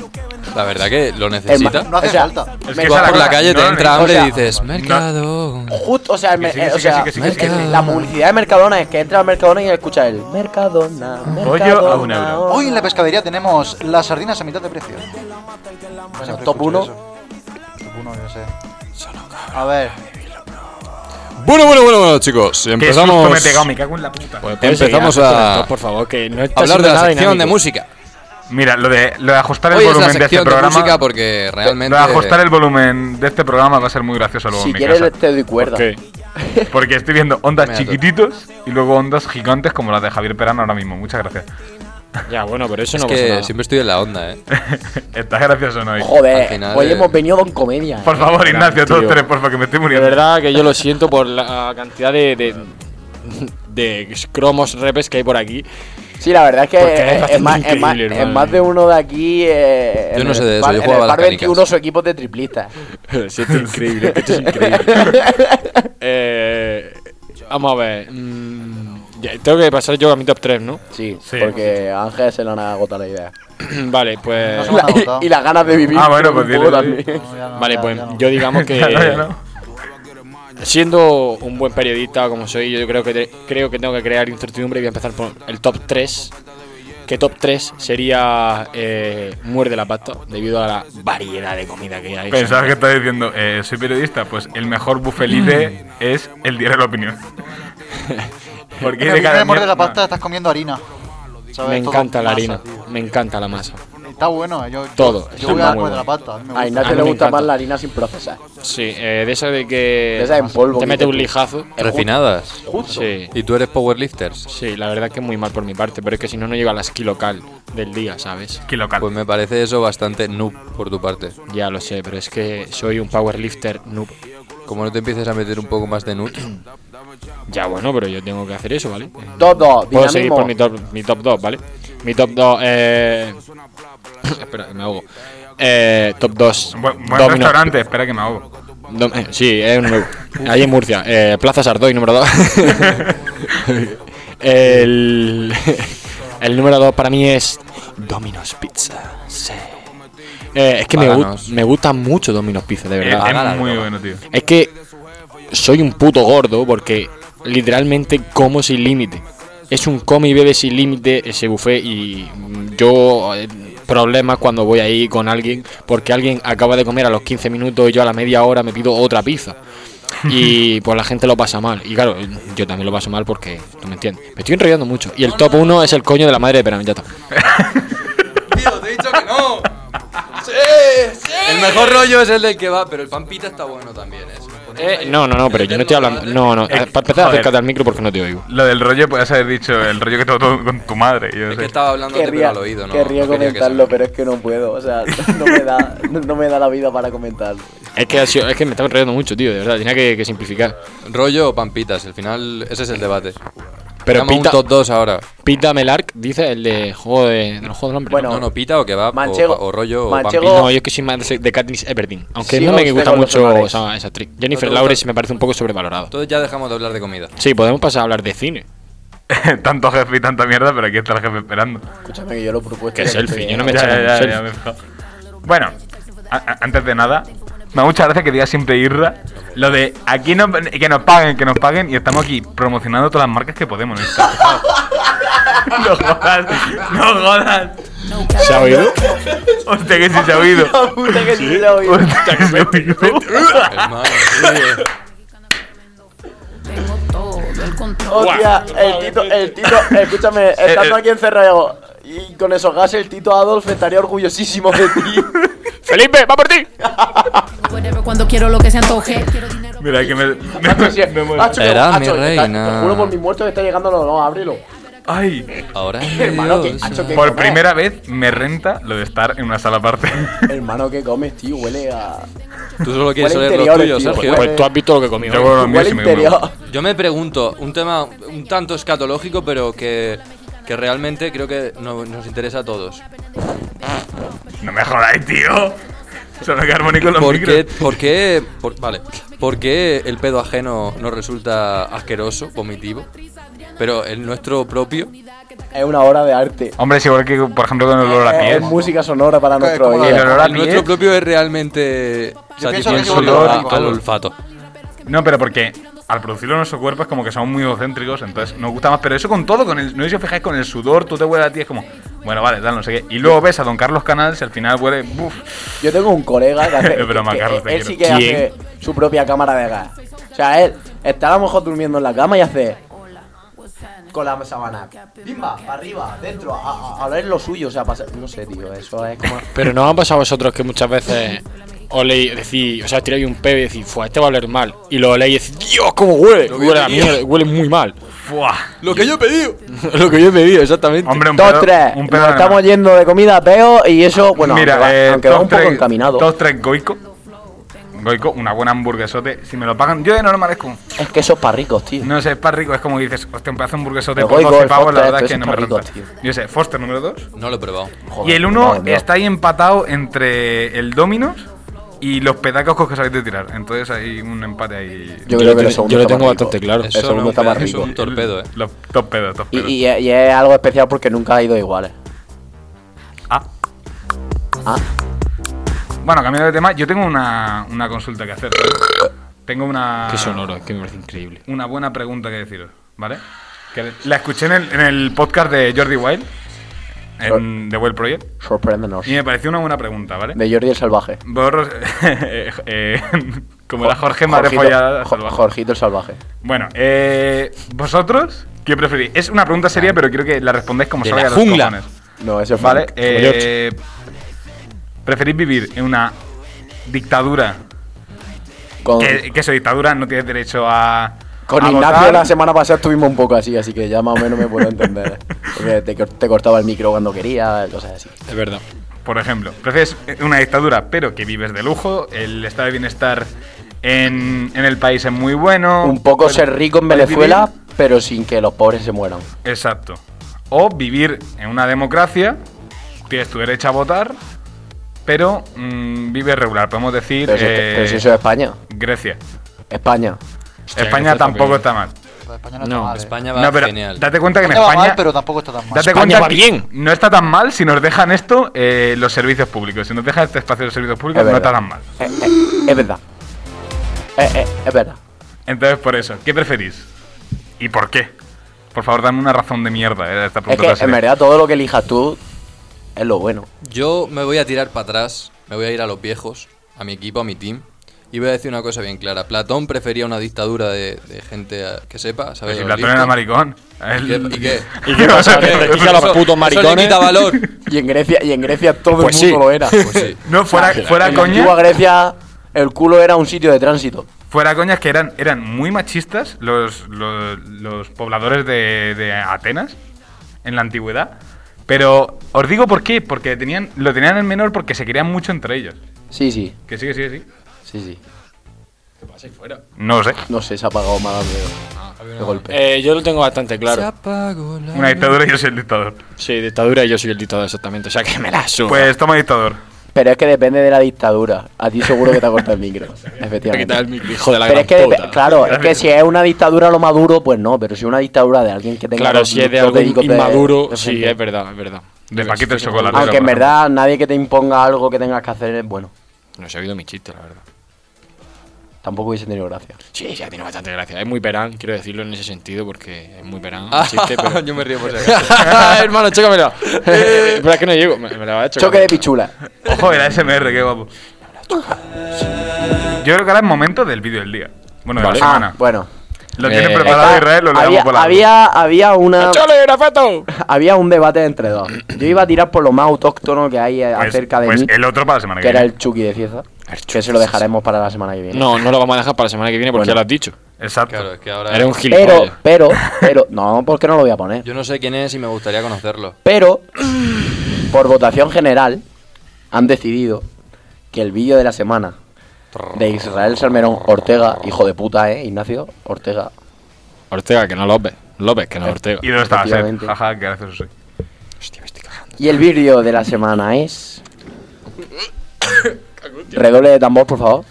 Speaker 4: La verdad que lo necesita.
Speaker 3: Hermano,
Speaker 5: No hace
Speaker 3: o sea,
Speaker 5: falta.
Speaker 1: Es
Speaker 4: Tú
Speaker 1: que
Speaker 4: vas
Speaker 1: esa
Speaker 4: por la
Speaker 1: cosa,
Speaker 4: calle,
Speaker 1: no
Speaker 4: te
Speaker 1: lo
Speaker 4: entra hambre
Speaker 3: O sea,
Speaker 4: y dices, mercado.
Speaker 3: Justo, o sea, el
Speaker 1: Que
Speaker 3: me-
Speaker 1: sí, que
Speaker 3: eh,
Speaker 1: sí,
Speaker 3: o
Speaker 1: que sí,
Speaker 3: sea
Speaker 1: que sí, que sí,
Speaker 4: que sí.
Speaker 3: la publicidad de Mercadona es que entra al Mercadona y escucha el Mercadona. Mercadona,
Speaker 1: a un euro.
Speaker 5: Hoy en la pescadería tenemos las sardinas a mitad de precio.
Speaker 3: Bueno,
Speaker 5: Siempre
Speaker 3: top
Speaker 5: escucho
Speaker 3: 1.
Speaker 5: eso. Top 1, yo sé. A ver,
Speaker 4: Bueno, bueno, bueno, bueno, chicos.
Speaker 1: Que susto
Speaker 4: Empezamos.
Speaker 1: me he pegado, me cago en la puta.
Speaker 2: Pues puedes
Speaker 4: Empezamos
Speaker 2: seguir, Ángel,
Speaker 4: a-
Speaker 2: con esto, Por favor, que no está
Speaker 4: Hablar de
Speaker 2: siendo
Speaker 4: la
Speaker 2: nada
Speaker 4: sección de
Speaker 2: dinámico.
Speaker 4: música.
Speaker 1: Mira, lo de, lo de ajustar el
Speaker 4: Hoy es la
Speaker 1: volumen de este
Speaker 4: sección de,
Speaker 1: programa.
Speaker 4: música porque realmente.
Speaker 1: Lo de ajustar el volumen de este programa va a ser muy gracioso luego
Speaker 3: Si
Speaker 1: en mi
Speaker 3: quieres,
Speaker 1: casa.
Speaker 3: te doy cuerda.
Speaker 2: ¿Por qué?
Speaker 1: Porque estoy viendo ondas
Speaker 4: Me ato.
Speaker 1: chiquititos y luego ondas gigantes como las de Javier Perán ahora mismo. Muchas gracias.
Speaker 2: Ya, bueno, pero eso
Speaker 4: Es
Speaker 2: no pasa
Speaker 4: que
Speaker 2: nada.
Speaker 4: siempre estoy en la onda, ¿eh?
Speaker 1: Estás gracioso, ¿no?
Speaker 3: Joder,
Speaker 4: Al final,
Speaker 3: hoy
Speaker 4: eh,
Speaker 3: hemos venido con comedia.
Speaker 1: Por
Speaker 3: eh.
Speaker 1: favor,
Speaker 2: gran
Speaker 1: Ignacio, todos
Speaker 2: tío.
Speaker 1: tres, por favor, que me estoy
Speaker 2: De
Speaker 1: muriendo.
Speaker 2: verdad que yo lo siento por la cantidad de, de, de cromos repes que hay por aquí.
Speaker 3: Sí, la verdad es que
Speaker 2: Porque es
Speaker 3: eh,
Speaker 2: bastante
Speaker 3: es, más, es, más,
Speaker 2: increíble,
Speaker 3: es
Speaker 2: hermano.
Speaker 3: más de uno de aquí. eh,
Speaker 4: Yo
Speaker 3: en
Speaker 4: no sé
Speaker 3: el
Speaker 4: de eso,
Speaker 3: par-
Speaker 4: yo
Speaker 3: en el
Speaker 4: jugaba a las
Speaker 3: par 21
Speaker 4: canicas.
Speaker 3: su equipo de triplistas.
Speaker 2: Sí, esto es increíble, esto es increíble. Eh, vamos a ver. mm, ya, tengo que pasar yo a mi top 3, ¿no?
Speaker 3: Sí,
Speaker 1: Sí.
Speaker 3: porque a Ángel se le han agotado la idea.
Speaker 2: vale, pues.
Speaker 5: No somos-
Speaker 3: La- y-
Speaker 5: agotado.
Speaker 3: y, las ganas de vivir.
Speaker 1: Ah, bueno, pues
Speaker 3: un
Speaker 1: dile,
Speaker 3: poco
Speaker 1: dile.
Speaker 3: también.
Speaker 5: No, ya no,
Speaker 2: Vale,
Speaker 5: ya-
Speaker 2: pues
Speaker 5: ya no.
Speaker 2: yo digamos que.
Speaker 1: Ya no, ya no.
Speaker 2: Siendo un buen periodista como soy, yo creo que, te- creo que tengo que crear incertidumbre y voy a empezar por el top 3. Que top 3 sería eh, Muerde la Pasta, debido a la variedad de comida que hay.
Speaker 1: Pensabas que estaba diciendo, eh, soy periodista, pues el mejor buffet libre es el diario de la opinión. Porque
Speaker 5: En
Speaker 1: hay de
Speaker 5: el
Speaker 1: cada
Speaker 5: primer morde la
Speaker 1: mierda.
Speaker 5: pasta estás comiendo harina.
Speaker 2: me
Speaker 5: ¿Sabes? Todo
Speaker 2: encanta la
Speaker 5: masa,
Speaker 2: harina,
Speaker 5: tío.
Speaker 2: me encanta la masa.
Speaker 5: Está bueno, eh, yo, yo-
Speaker 2: Todo, está
Speaker 5: Yo voy
Speaker 2: muy
Speaker 5: a
Speaker 2: bueno.
Speaker 5: comer de la pasta. A mí me
Speaker 3: A
Speaker 5: gusta.
Speaker 3: Ignacio
Speaker 2: A mí
Speaker 3: le
Speaker 2: me
Speaker 3: gusta
Speaker 2: encanta.
Speaker 3: más la harina sin procesar.
Speaker 2: Sí, eh, de esa de que.
Speaker 3: De esa en polvo
Speaker 2: Te
Speaker 3: que
Speaker 2: mete
Speaker 3: dices
Speaker 2: un
Speaker 3: tú.
Speaker 2: lijazo.
Speaker 4: Refinadas.
Speaker 3: Justo.
Speaker 2: Sí,
Speaker 4: Y tú eres powerlifters.
Speaker 2: sí, la verdad que muy mal por mi parte, pero es que si no, no llega a las kilocal del día, ¿sabes?
Speaker 1: Kilocal.
Speaker 4: Pues me parece eso bastante noob por tu parte.
Speaker 2: Ya lo sé, pero es que soy un powerlifter noob.
Speaker 4: Como no te empieces a meter un poco más de nuts,
Speaker 2: Ya bueno, pero yo tengo que hacer eso, ¿vale?
Speaker 3: Top 2,
Speaker 2: Puedo seguir por mi
Speaker 3: dinamismo.
Speaker 2: top, mi top 2, ¿vale? Mi top 2, eh... Espera, me ahogo. Eh, top 2.
Speaker 1: Un Buen, buen restaurante, espera que me ahogo.
Speaker 2: eh, sí, es un nuevo. Ahí en Murcia. Eh, Plaza Sardoy, número 2. el, el número 2 para mí es Domino's Pizza. Sí. Eh, es que me, gu-
Speaker 4: Páganos.
Speaker 2: me gusta mucho Domino's Pizza, de
Speaker 1: Eh, Es,
Speaker 2: verdad.
Speaker 1: es
Speaker 4: Hágala,
Speaker 1: muy
Speaker 4: broma.
Speaker 1: bueno, tío.
Speaker 2: Es que soy un puto gordo porque literalmente como sin límite. Es un come y bebe sin límite ese buffet y mm, yo eh, problemas cuando voy ahí con alguien porque alguien acaba de comer a los 15 minutos y yo a la media hora me pido otra pizza. Y pues la gente lo pasa mal. Y claro, yo también lo paso mal porque, tú me entiendes. Me estoy enrollando mucho. Y el top 1 es el coño de la madre de Perón, ya está.
Speaker 4: Tío, te he dicho que no. ¡Sí! El mejor rollo es el del que va, pero el pampita está bueno también. Es.
Speaker 2: Eh, no, no, no, pero yo no estoy hablando. No, no,
Speaker 1: Eh,
Speaker 2: para empezar,
Speaker 1: joder.
Speaker 2: acércate al micro porque no te oigo.
Speaker 1: Lo del rollo, pues, puedes haber dicho, el rollo que te todo con tu madre. Yo
Speaker 4: Es
Speaker 1: sé.
Speaker 4: que estaba hablando
Speaker 3: Querría,
Speaker 4: al oído, ¿no?
Speaker 3: querría
Speaker 4: No quería que se
Speaker 3: comentarlo,
Speaker 4: me-
Speaker 3: pero es que no puedo. O sea, no me da, no me da la vida para comentarlo.
Speaker 2: Es que, ha sido- es que me estaba enrollando mucho, tío, de verdad. Tenía que, que simplificar.
Speaker 4: Rollo o pampitas, al final ese es el debate.
Speaker 2: Pero
Speaker 4: Llama
Speaker 2: pita,
Speaker 4: un top 2 ahora.
Speaker 2: pita Melark dice el de juego de, de los juegos del hambre.
Speaker 3: Bueno,
Speaker 2: ¿no?
Speaker 4: No, no, pita o que va,
Speaker 3: Manchego-
Speaker 4: o,
Speaker 3: Manchego-
Speaker 4: rollo o pampita.
Speaker 2: No, yo es que soy más de de Katniss Everdeen. Aunque
Speaker 3: Siga
Speaker 2: no me
Speaker 3: usted
Speaker 2: gusta
Speaker 3: con los
Speaker 2: mucho
Speaker 3: honores.
Speaker 2: esa, esa actriz. Jennifer
Speaker 4: gusta?
Speaker 2: Lawrence me parece un poco sobrevalorada.
Speaker 4: Entonces ya dejamos de hablar de comida.
Speaker 2: Sí, podemos pasar a hablar de cine.
Speaker 1: Tanto jefe y tanta mierda, pero aquí está el jefe esperando.
Speaker 3: Escúchame que yo lo he propuesto.
Speaker 2: Que
Speaker 3: ya
Speaker 2: selfie,
Speaker 3: estoy-
Speaker 2: yo no me-
Speaker 1: Ya,
Speaker 2: echaron
Speaker 1: ya, ya,
Speaker 2: selfie.
Speaker 1: ya me he fijado. Bueno, a- a- antes de nada, me da mucha gracia que diga siempre Irra lo de aquí no, que nos paguen, que nos paguen y estamos aquí promocionando todas las marcas que podemos. No, Está fijado. no jodas, no jodas.
Speaker 2: ¿Se ha oído?
Speaker 1: Hostia, que sí se ha oído.
Speaker 3: La puta que sí la oí.
Speaker 1: Hostia, que se ha oído.
Speaker 4: Hermano, eh. tío.
Speaker 6: Tengo todo el control.
Speaker 3: Hostia, el Tito, el Tito, eh,
Speaker 1: Eh,
Speaker 3: escúchame, estando aquí encerrado y con esos gases, el Tito Adolf estaría orgullosísimo de ti.
Speaker 2: ¡Felipe, va por ti!
Speaker 6: Whatever, Cuando quiero lo que se antoje. Quiero dinero.
Speaker 1: Mira, que me,
Speaker 3: Macho, sí,
Speaker 1: me, me muero.
Speaker 3: macho, pero,
Speaker 4: Era
Speaker 3: macho,
Speaker 4: mi
Speaker 3: está-
Speaker 4: reina.
Speaker 3: Te juro por mi muerto que está llegando, no, no, ábrelo.
Speaker 1: Ay,
Speaker 4: Ahora
Speaker 3: Hermano, que,
Speaker 4: Dios.
Speaker 3: macho, que
Speaker 1: por
Speaker 3: comes.
Speaker 1: primera vez me renta lo de estar en una sala aparte.
Speaker 3: Hermano, que comes, tío, huele a.
Speaker 4: Tú solo quieres
Speaker 3: Huele
Speaker 4: oler los
Speaker 3: interiores,
Speaker 4: tuyos,
Speaker 3: tío,
Speaker 4: Sergio.
Speaker 3: huele.
Speaker 2: Pues tú has visto lo que comí.
Speaker 1: Yo
Speaker 2: hoy.
Speaker 1: con los míos
Speaker 3: Huele
Speaker 1: sí me como.
Speaker 3: interior.
Speaker 4: Yo me pregunto, un tema un tanto escatológico, pero que, que realmente creo que no- nos interesa a todos.
Speaker 1: No me jodáis, tío. Solo que armónico los
Speaker 4: ¿Por
Speaker 1: micros.
Speaker 4: qué, por qué- por- vale, ¿por qué el pedo ajeno nos resulta asqueroso, vomitivo? Pero el nuestro propio,
Speaker 3: Es una obra de arte.
Speaker 1: Hombre, es igual que, por ejemplo, con el olor a
Speaker 3: Es
Speaker 1: pies.
Speaker 3: música sonora para
Speaker 5: Es
Speaker 3: nuestro
Speaker 5: como la-
Speaker 1: El
Speaker 3: oído.
Speaker 1: olor a
Speaker 4: el nuestro
Speaker 1: pies.
Speaker 4: propio es realmente
Speaker 5: Yo pienso que es
Speaker 4: satisfactorio
Speaker 1: olor
Speaker 4: a-
Speaker 1: y
Speaker 4: al
Speaker 1: todo.
Speaker 4: olfato.
Speaker 1: No, pero porque al producirlo en nuestro cuerpo es como que somos muy egocéntricos, entonces nos gusta más. Pero eso con todo, con el, no sé si os fijáis, con el sudor, tú te hueles a ti, es como, bueno, vale, tal, no sé qué. Y luego ves a Don Carlos Canals y al final huele, buf.
Speaker 3: Yo tengo un colega que hace.
Speaker 1: Es broma,
Speaker 3: que-
Speaker 1: Carlos,
Speaker 3: que
Speaker 1: te
Speaker 3: él sí que
Speaker 1: quiero.
Speaker 3: hace su propia cámara de gas. O sea, él está a lo mejor durmiendo en la cama y hace. Con la sabana. Pimba, para arriba, dentro, a, a, a ver lo suyo. O sea, pasa- no sé, tío, eso es como.
Speaker 2: Pero no os ha pasado a vosotros que muchas veces oléis, decís, o sea, tiráis un pedo y decís, fue, este va a oler mal. Y lo oléis y decís, Dios, cómo huele. Huele a mierda, huele muy mal.
Speaker 1: Fuah.
Speaker 4: Lo que yo he pedido.
Speaker 2: Lo que yo he pedido, exactamente.
Speaker 1: Hombre, un
Speaker 3: Dos,
Speaker 1: pedo-
Speaker 3: tres.
Speaker 1: un pedo
Speaker 3: Nos
Speaker 1: de
Speaker 3: estamos
Speaker 1: más.
Speaker 3: yendo de comida a peo y eso, bueno,
Speaker 1: Mira,
Speaker 3: aunque va,
Speaker 1: eh,
Speaker 3: aunque va
Speaker 1: top
Speaker 3: un poco
Speaker 1: tres-
Speaker 3: encaminado.
Speaker 1: top tres goico. Goico, una buena hamburguesote. Si me lo pagan, yo de no lo merezco.
Speaker 3: Es que eso es para ricos, tío.
Speaker 1: No sé, es para rico, es como dices, hostia, un pedazo de hamburguesote
Speaker 3: Pero
Speaker 1: por
Speaker 3: goico,
Speaker 1: 12
Speaker 3: el
Speaker 1: pavos, la
Speaker 3: Foster,
Speaker 1: verdad es
Speaker 3: esto
Speaker 1: que
Speaker 3: es
Speaker 1: no me
Speaker 3: para ricos,
Speaker 1: renta. Yo sé, Foster número 2.
Speaker 4: No lo he probado.
Speaker 1: Y
Speaker 3: Joder,
Speaker 1: el
Speaker 3: madre
Speaker 1: 1
Speaker 3: mía.
Speaker 1: está ahí empatado entre el Dominos y los pedacos que os habéis de tirar. Entonces hay un empate ahí.
Speaker 3: Yo
Speaker 2: Yo
Speaker 3: creo
Speaker 2: lo
Speaker 3: que
Speaker 2: ten-
Speaker 3: el segundo
Speaker 2: yo lo
Speaker 3: está
Speaker 2: tengo
Speaker 3: más rico.
Speaker 2: bastante claro.
Speaker 3: El
Speaker 4: Eso
Speaker 3: segundo
Speaker 4: no,
Speaker 3: está más
Speaker 4: eso-
Speaker 3: rico.
Speaker 4: Un torpedo, eh.
Speaker 1: Los dos pedos, dos
Speaker 3: Y,
Speaker 1: pedos.
Speaker 3: y- y es algo especial porque nunca ha ido igual. eh.
Speaker 1: Ah.
Speaker 3: Ah.
Speaker 1: Bueno, cambiando de tema, yo tengo una, una consulta que hacer. Tengo una.
Speaker 2: Qué sonoro, es que me parece increíble.
Speaker 1: Una buena pregunta que deciros, ¿vale? Que la escuché en el, en el podcast de Jordi Wild, en The Wild Project,
Speaker 3: Sorpréndenos.
Speaker 1: y me pareció una buena pregunta, ¿vale?
Speaker 3: De Jordi el Salvaje.
Speaker 1: Borros. eh, eh, como era Jorge Madre
Speaker 3: Jorgito-
Speaker 1: Follada
Speaker 3: Jo-
Speaker 1: Salvaje.
Speaker 3: Jorgito el Salvaje.
Speaker 1: Bueno, eh, ¿vosotros qué preferís? Es una pregunta seria, pero quiero que la respondáis como
Speaker 4: De
Speaker 1: salga
Speaker 4: la
Speaker 1: de los
Speaker 4: jungla.
Speaker 1: cojones.
Speaker 3: No, ese es
Speaker 1: Vale,
Speaker 3: Frank.
Speaker 1: eh, ¿preferís vivir en una dictadura?
Speaker 3: Con,
Speaker 1: Que, que eso, dictadura, no tienes derecho a.
Speaker 3: Oh. con
Speaker 1: a
Speaker 3: Ignacio
Speaker 1: votar.
Speaker 3: la semana pasada estuvimos un poco así, así que ya más o menos me puedo entender. Porque te, cor- te cortaba el micro cuando quería, cosas así.
Speaker 2: Es verdad.
Speaker 1: Por ejemplo, prefieres una dictadura, pero que vives de lujo, el estado de bienestar en, en el país es muy bueno.
Speaker 3: Un poco
Speaker 1: puedes-
Speaker 3: ser rico en
Speaker 1: puedes
Speaker 3: Venezuela,
Speaker 1: vivir-
Speaker 3: pero sin que los pobres se mueran.
Speaker 1: Exacto. O vivir en una democracia, tienes tu derecho a votar, pero mm, vives regular. Podemos decir
Speaker 3: Pero, si,
Speaker 1: eh,
Speaker 3: pero si eso es España.
Speaker 1: Grecia.
Speaker 3: España.
Speaker 2: Hostia,
Speaker 1: España
Speaker 2: Grecia
Speaker 1: tampoco
Speaker 2: también.
Speaker 1: está mal.
Speaker 5: Pero España
Speaker 2: No,
Speaker 5: no, está mal, eh.
Speaker 4: España va
Speaker 1: No, pero
Speaker 4: genial.
Speaker 1: date cuenta que en
Speaker 5: España va
Speaker 1: España.
Speaker 5: mal, pero tampoco está tan mal.
Speaker 1: Date
Speaker 2: España
Speaker 1: cuenta
Speaker 2: va
Speaker 1: que
Speaker 2: bien.
Speaker 1: no está tan mal si nos dejan esto eh, los servicios públicos. Si nos dejan este espacio de los servicios públicos, no está tan
Speaker 3: verdad.
Speaker 1: mal.
Speaker 3: Eh, eh, es verdad. Eh, eh, es verdad.
Speaker 1: Entonces, por eso, ¿qué preferís? ¿Y por qué? Por favor, dame una razón de mierda. eh, esta
Speaker 3: Es
Speaker 1: pregunta
Speaker 3: que
Speaker 1: tan
Speaker 3: en
Speaker 1: seria.
Speaker 3: verdad todo lo que elijas tú es lo bueno.
Speaker 4: Yo me voy a tirar para atrás, me voy a ir a los viejos, a mi equipo, a mi team, y voy a decir una cosa bien clara. Platón prefería una dictadura de, de gente eh, que sepa,
Speaker 1: Pero
Speaker 4: ¿sabes?
Speaker 1: Pues si
Speaker 4: Los
Speaker 1: Platón
Speaker 4: listos.
Speaker 1: era maricón. El-
Speaker 4: ¿Y qué? ¿Y qué?
Speaker 2: ¿Y qué pasa? Que
Speaker 4: Eso-
Speaker 2: revisa a los
Speaker 4: eso-
Speaker 2: putos
Speaker 4: Eso le
Speaker 2: maricones.
Speaker 4: quita valor.
Speaker 3: Y en Grecia, y en Grecia todo
Speaker 2: Pues
Speaker 3: el mundo
Speaker 2: sí.
Speaker 3: lo era.
Speaker 4: Pues sí.
Speaker 1: No, fuera, fuera
Speaker 3: Ah, en la
Speaker 1: coña.
Speaker 3: antigua Grecia el culo era un sitio de tránsito.
Speaker 1: Fuera coña es que eran, eran muy machistas los, los, los pobladores de, de Atenas en la antigüedad. Pero os digo por qué, porque tenían, lo tenían en menor porque se querían mucho entre ellos.
Speaker 3: Sí, sí,
Speaker 1: Que sí, que sí, que sí.
Speaker 3: sí, sí.
Speaker 1: No lo sé.
Speaker 3: No sé, se ha apagado mal de, de golpe.
Speaker 2: Eh, yo lo tengo bastante
Speaker 4: Se
Speaker 2: claro.
Speaker 4: apagó la
Speaker 1: Una dictadura y yo soy el dictador.
Speaker 2: Sí, dictadura y yo soy el dictador exactamente. O sea que me la subo.
Speaker 1: Pues toma dictador.
Speaker 3: Pero es que depende de la dictadura. A ti seguro que te ha cortado el micro. efectivamente.
Speaker 2: hijo de la
Speaker 3: Pero
Speaker 2: gran
Speaker 3: es que,
Speaker 2: puta.
Speaker 3: depe- claro, es que si es una dictadura lo maduro, pues no, pero si es una dictadura de alguien que tenga.
Speaker 2: Claro,
Speaker 3: los-
Speaker 2: si es de
Speaker 3: los
Speaker 2: algo
Speaker 3: dedicos de-
Speaker 2: inmaduro,
Speaker 3: de
Speaker 2: sí,
Speaker 3: frente.
Speaker 2: es verdad, es verdad.
Speaker 1: De paquete de
Speaker 2: Sí,
Speaker 1: chocolate.
Speaker 3: Aunque en verdad nadie que te imponga algo que tengas que hacer es bueno.
Speaker 2: No se ha oído mi chiste, la verdad.
Speaker 3: Tampoco hubiese tenido gracia.
Speaker 2: Sí, ya tiene bastante gracia. Es muy perán, quiero decirlo en ese sentido, porque es muy perán.
Speaker 4: Ah,
Speaker 2: el chiste, pero...
Speaker 4: Yo me río por si acaso.
Speaker 2: Hermano, chócamelo. pero es que no llego. Me, me la va a chocar.
Speaker 3: Eh, Choque de pichula.
Speaker 1: Ojo, era SMR, qué guapo. Yo creo que ahora es momento del vídeo del día. Bueno, de
Speaker 2: Vale.
Speaker 1: la semana.
Speaker 3: Ah, bueno.
Speaker 1: Lo tiene
Speaker 2: Eh,
Speaker 1: preparado
Speaker 3: Ah,
Speaker 1: Israel, lo le
Speaker 3: había,
Speaker 1: damos por la.
Speaker 3: había, había una.
Speaker 2: ¡Chole, una foto!
Speaker 3: había un debate entre dos. Yo iba a tirar por lo más autóctono que hay eh,
Speaker 1: Pues-
Speaker 3: acerca de
Speaker 1: pues
Speaker 3: mí,
Speaker 1: el otro para la semana
Speaker 3: que
Speaker 1: que
Speaker 3: era
Speaker 1: viene.
Speaker 3: el Chucky de Cieza.
Speaker 2: El Chucky
Speaker 3: Que se lo dejaremos para la semana que viene.
Speaker 2: No, no lo vamos a dejar para la semana que viene porque
Speaker 3: Bueno.
Speaker 2: ya lo has dicho.
Speaker 1: Exacto.
Speaker 4: Claro, es que ahora.
Speaker 2: Era un
Speaker 3: pero,
Speaker 2: gilipollas.
Speaker 3: pero, pero, no, porque no lo voy a poner.
Speaker 4: Yo no sé quién es y me gustaría conocerlo.
Speaker 3: Pero, por votación general, han decidido que el vídeo de la semana de Israel Salmerón Ortega, hijo de puta, ¿eh? Ignacio Ortega.
Speaker 2: Ortega, que no López. López, que no Ortega.
Speaker 1: Y dónde estaba Seth.
Speaker 3: Efectivamente.
Speaker 1: Jaja, que gracioso soy.
Speaker 2: Hostia, me estoy cagando.
Speaker 3: Y el vídeo de la semana es. Redoble de tambor, por favor.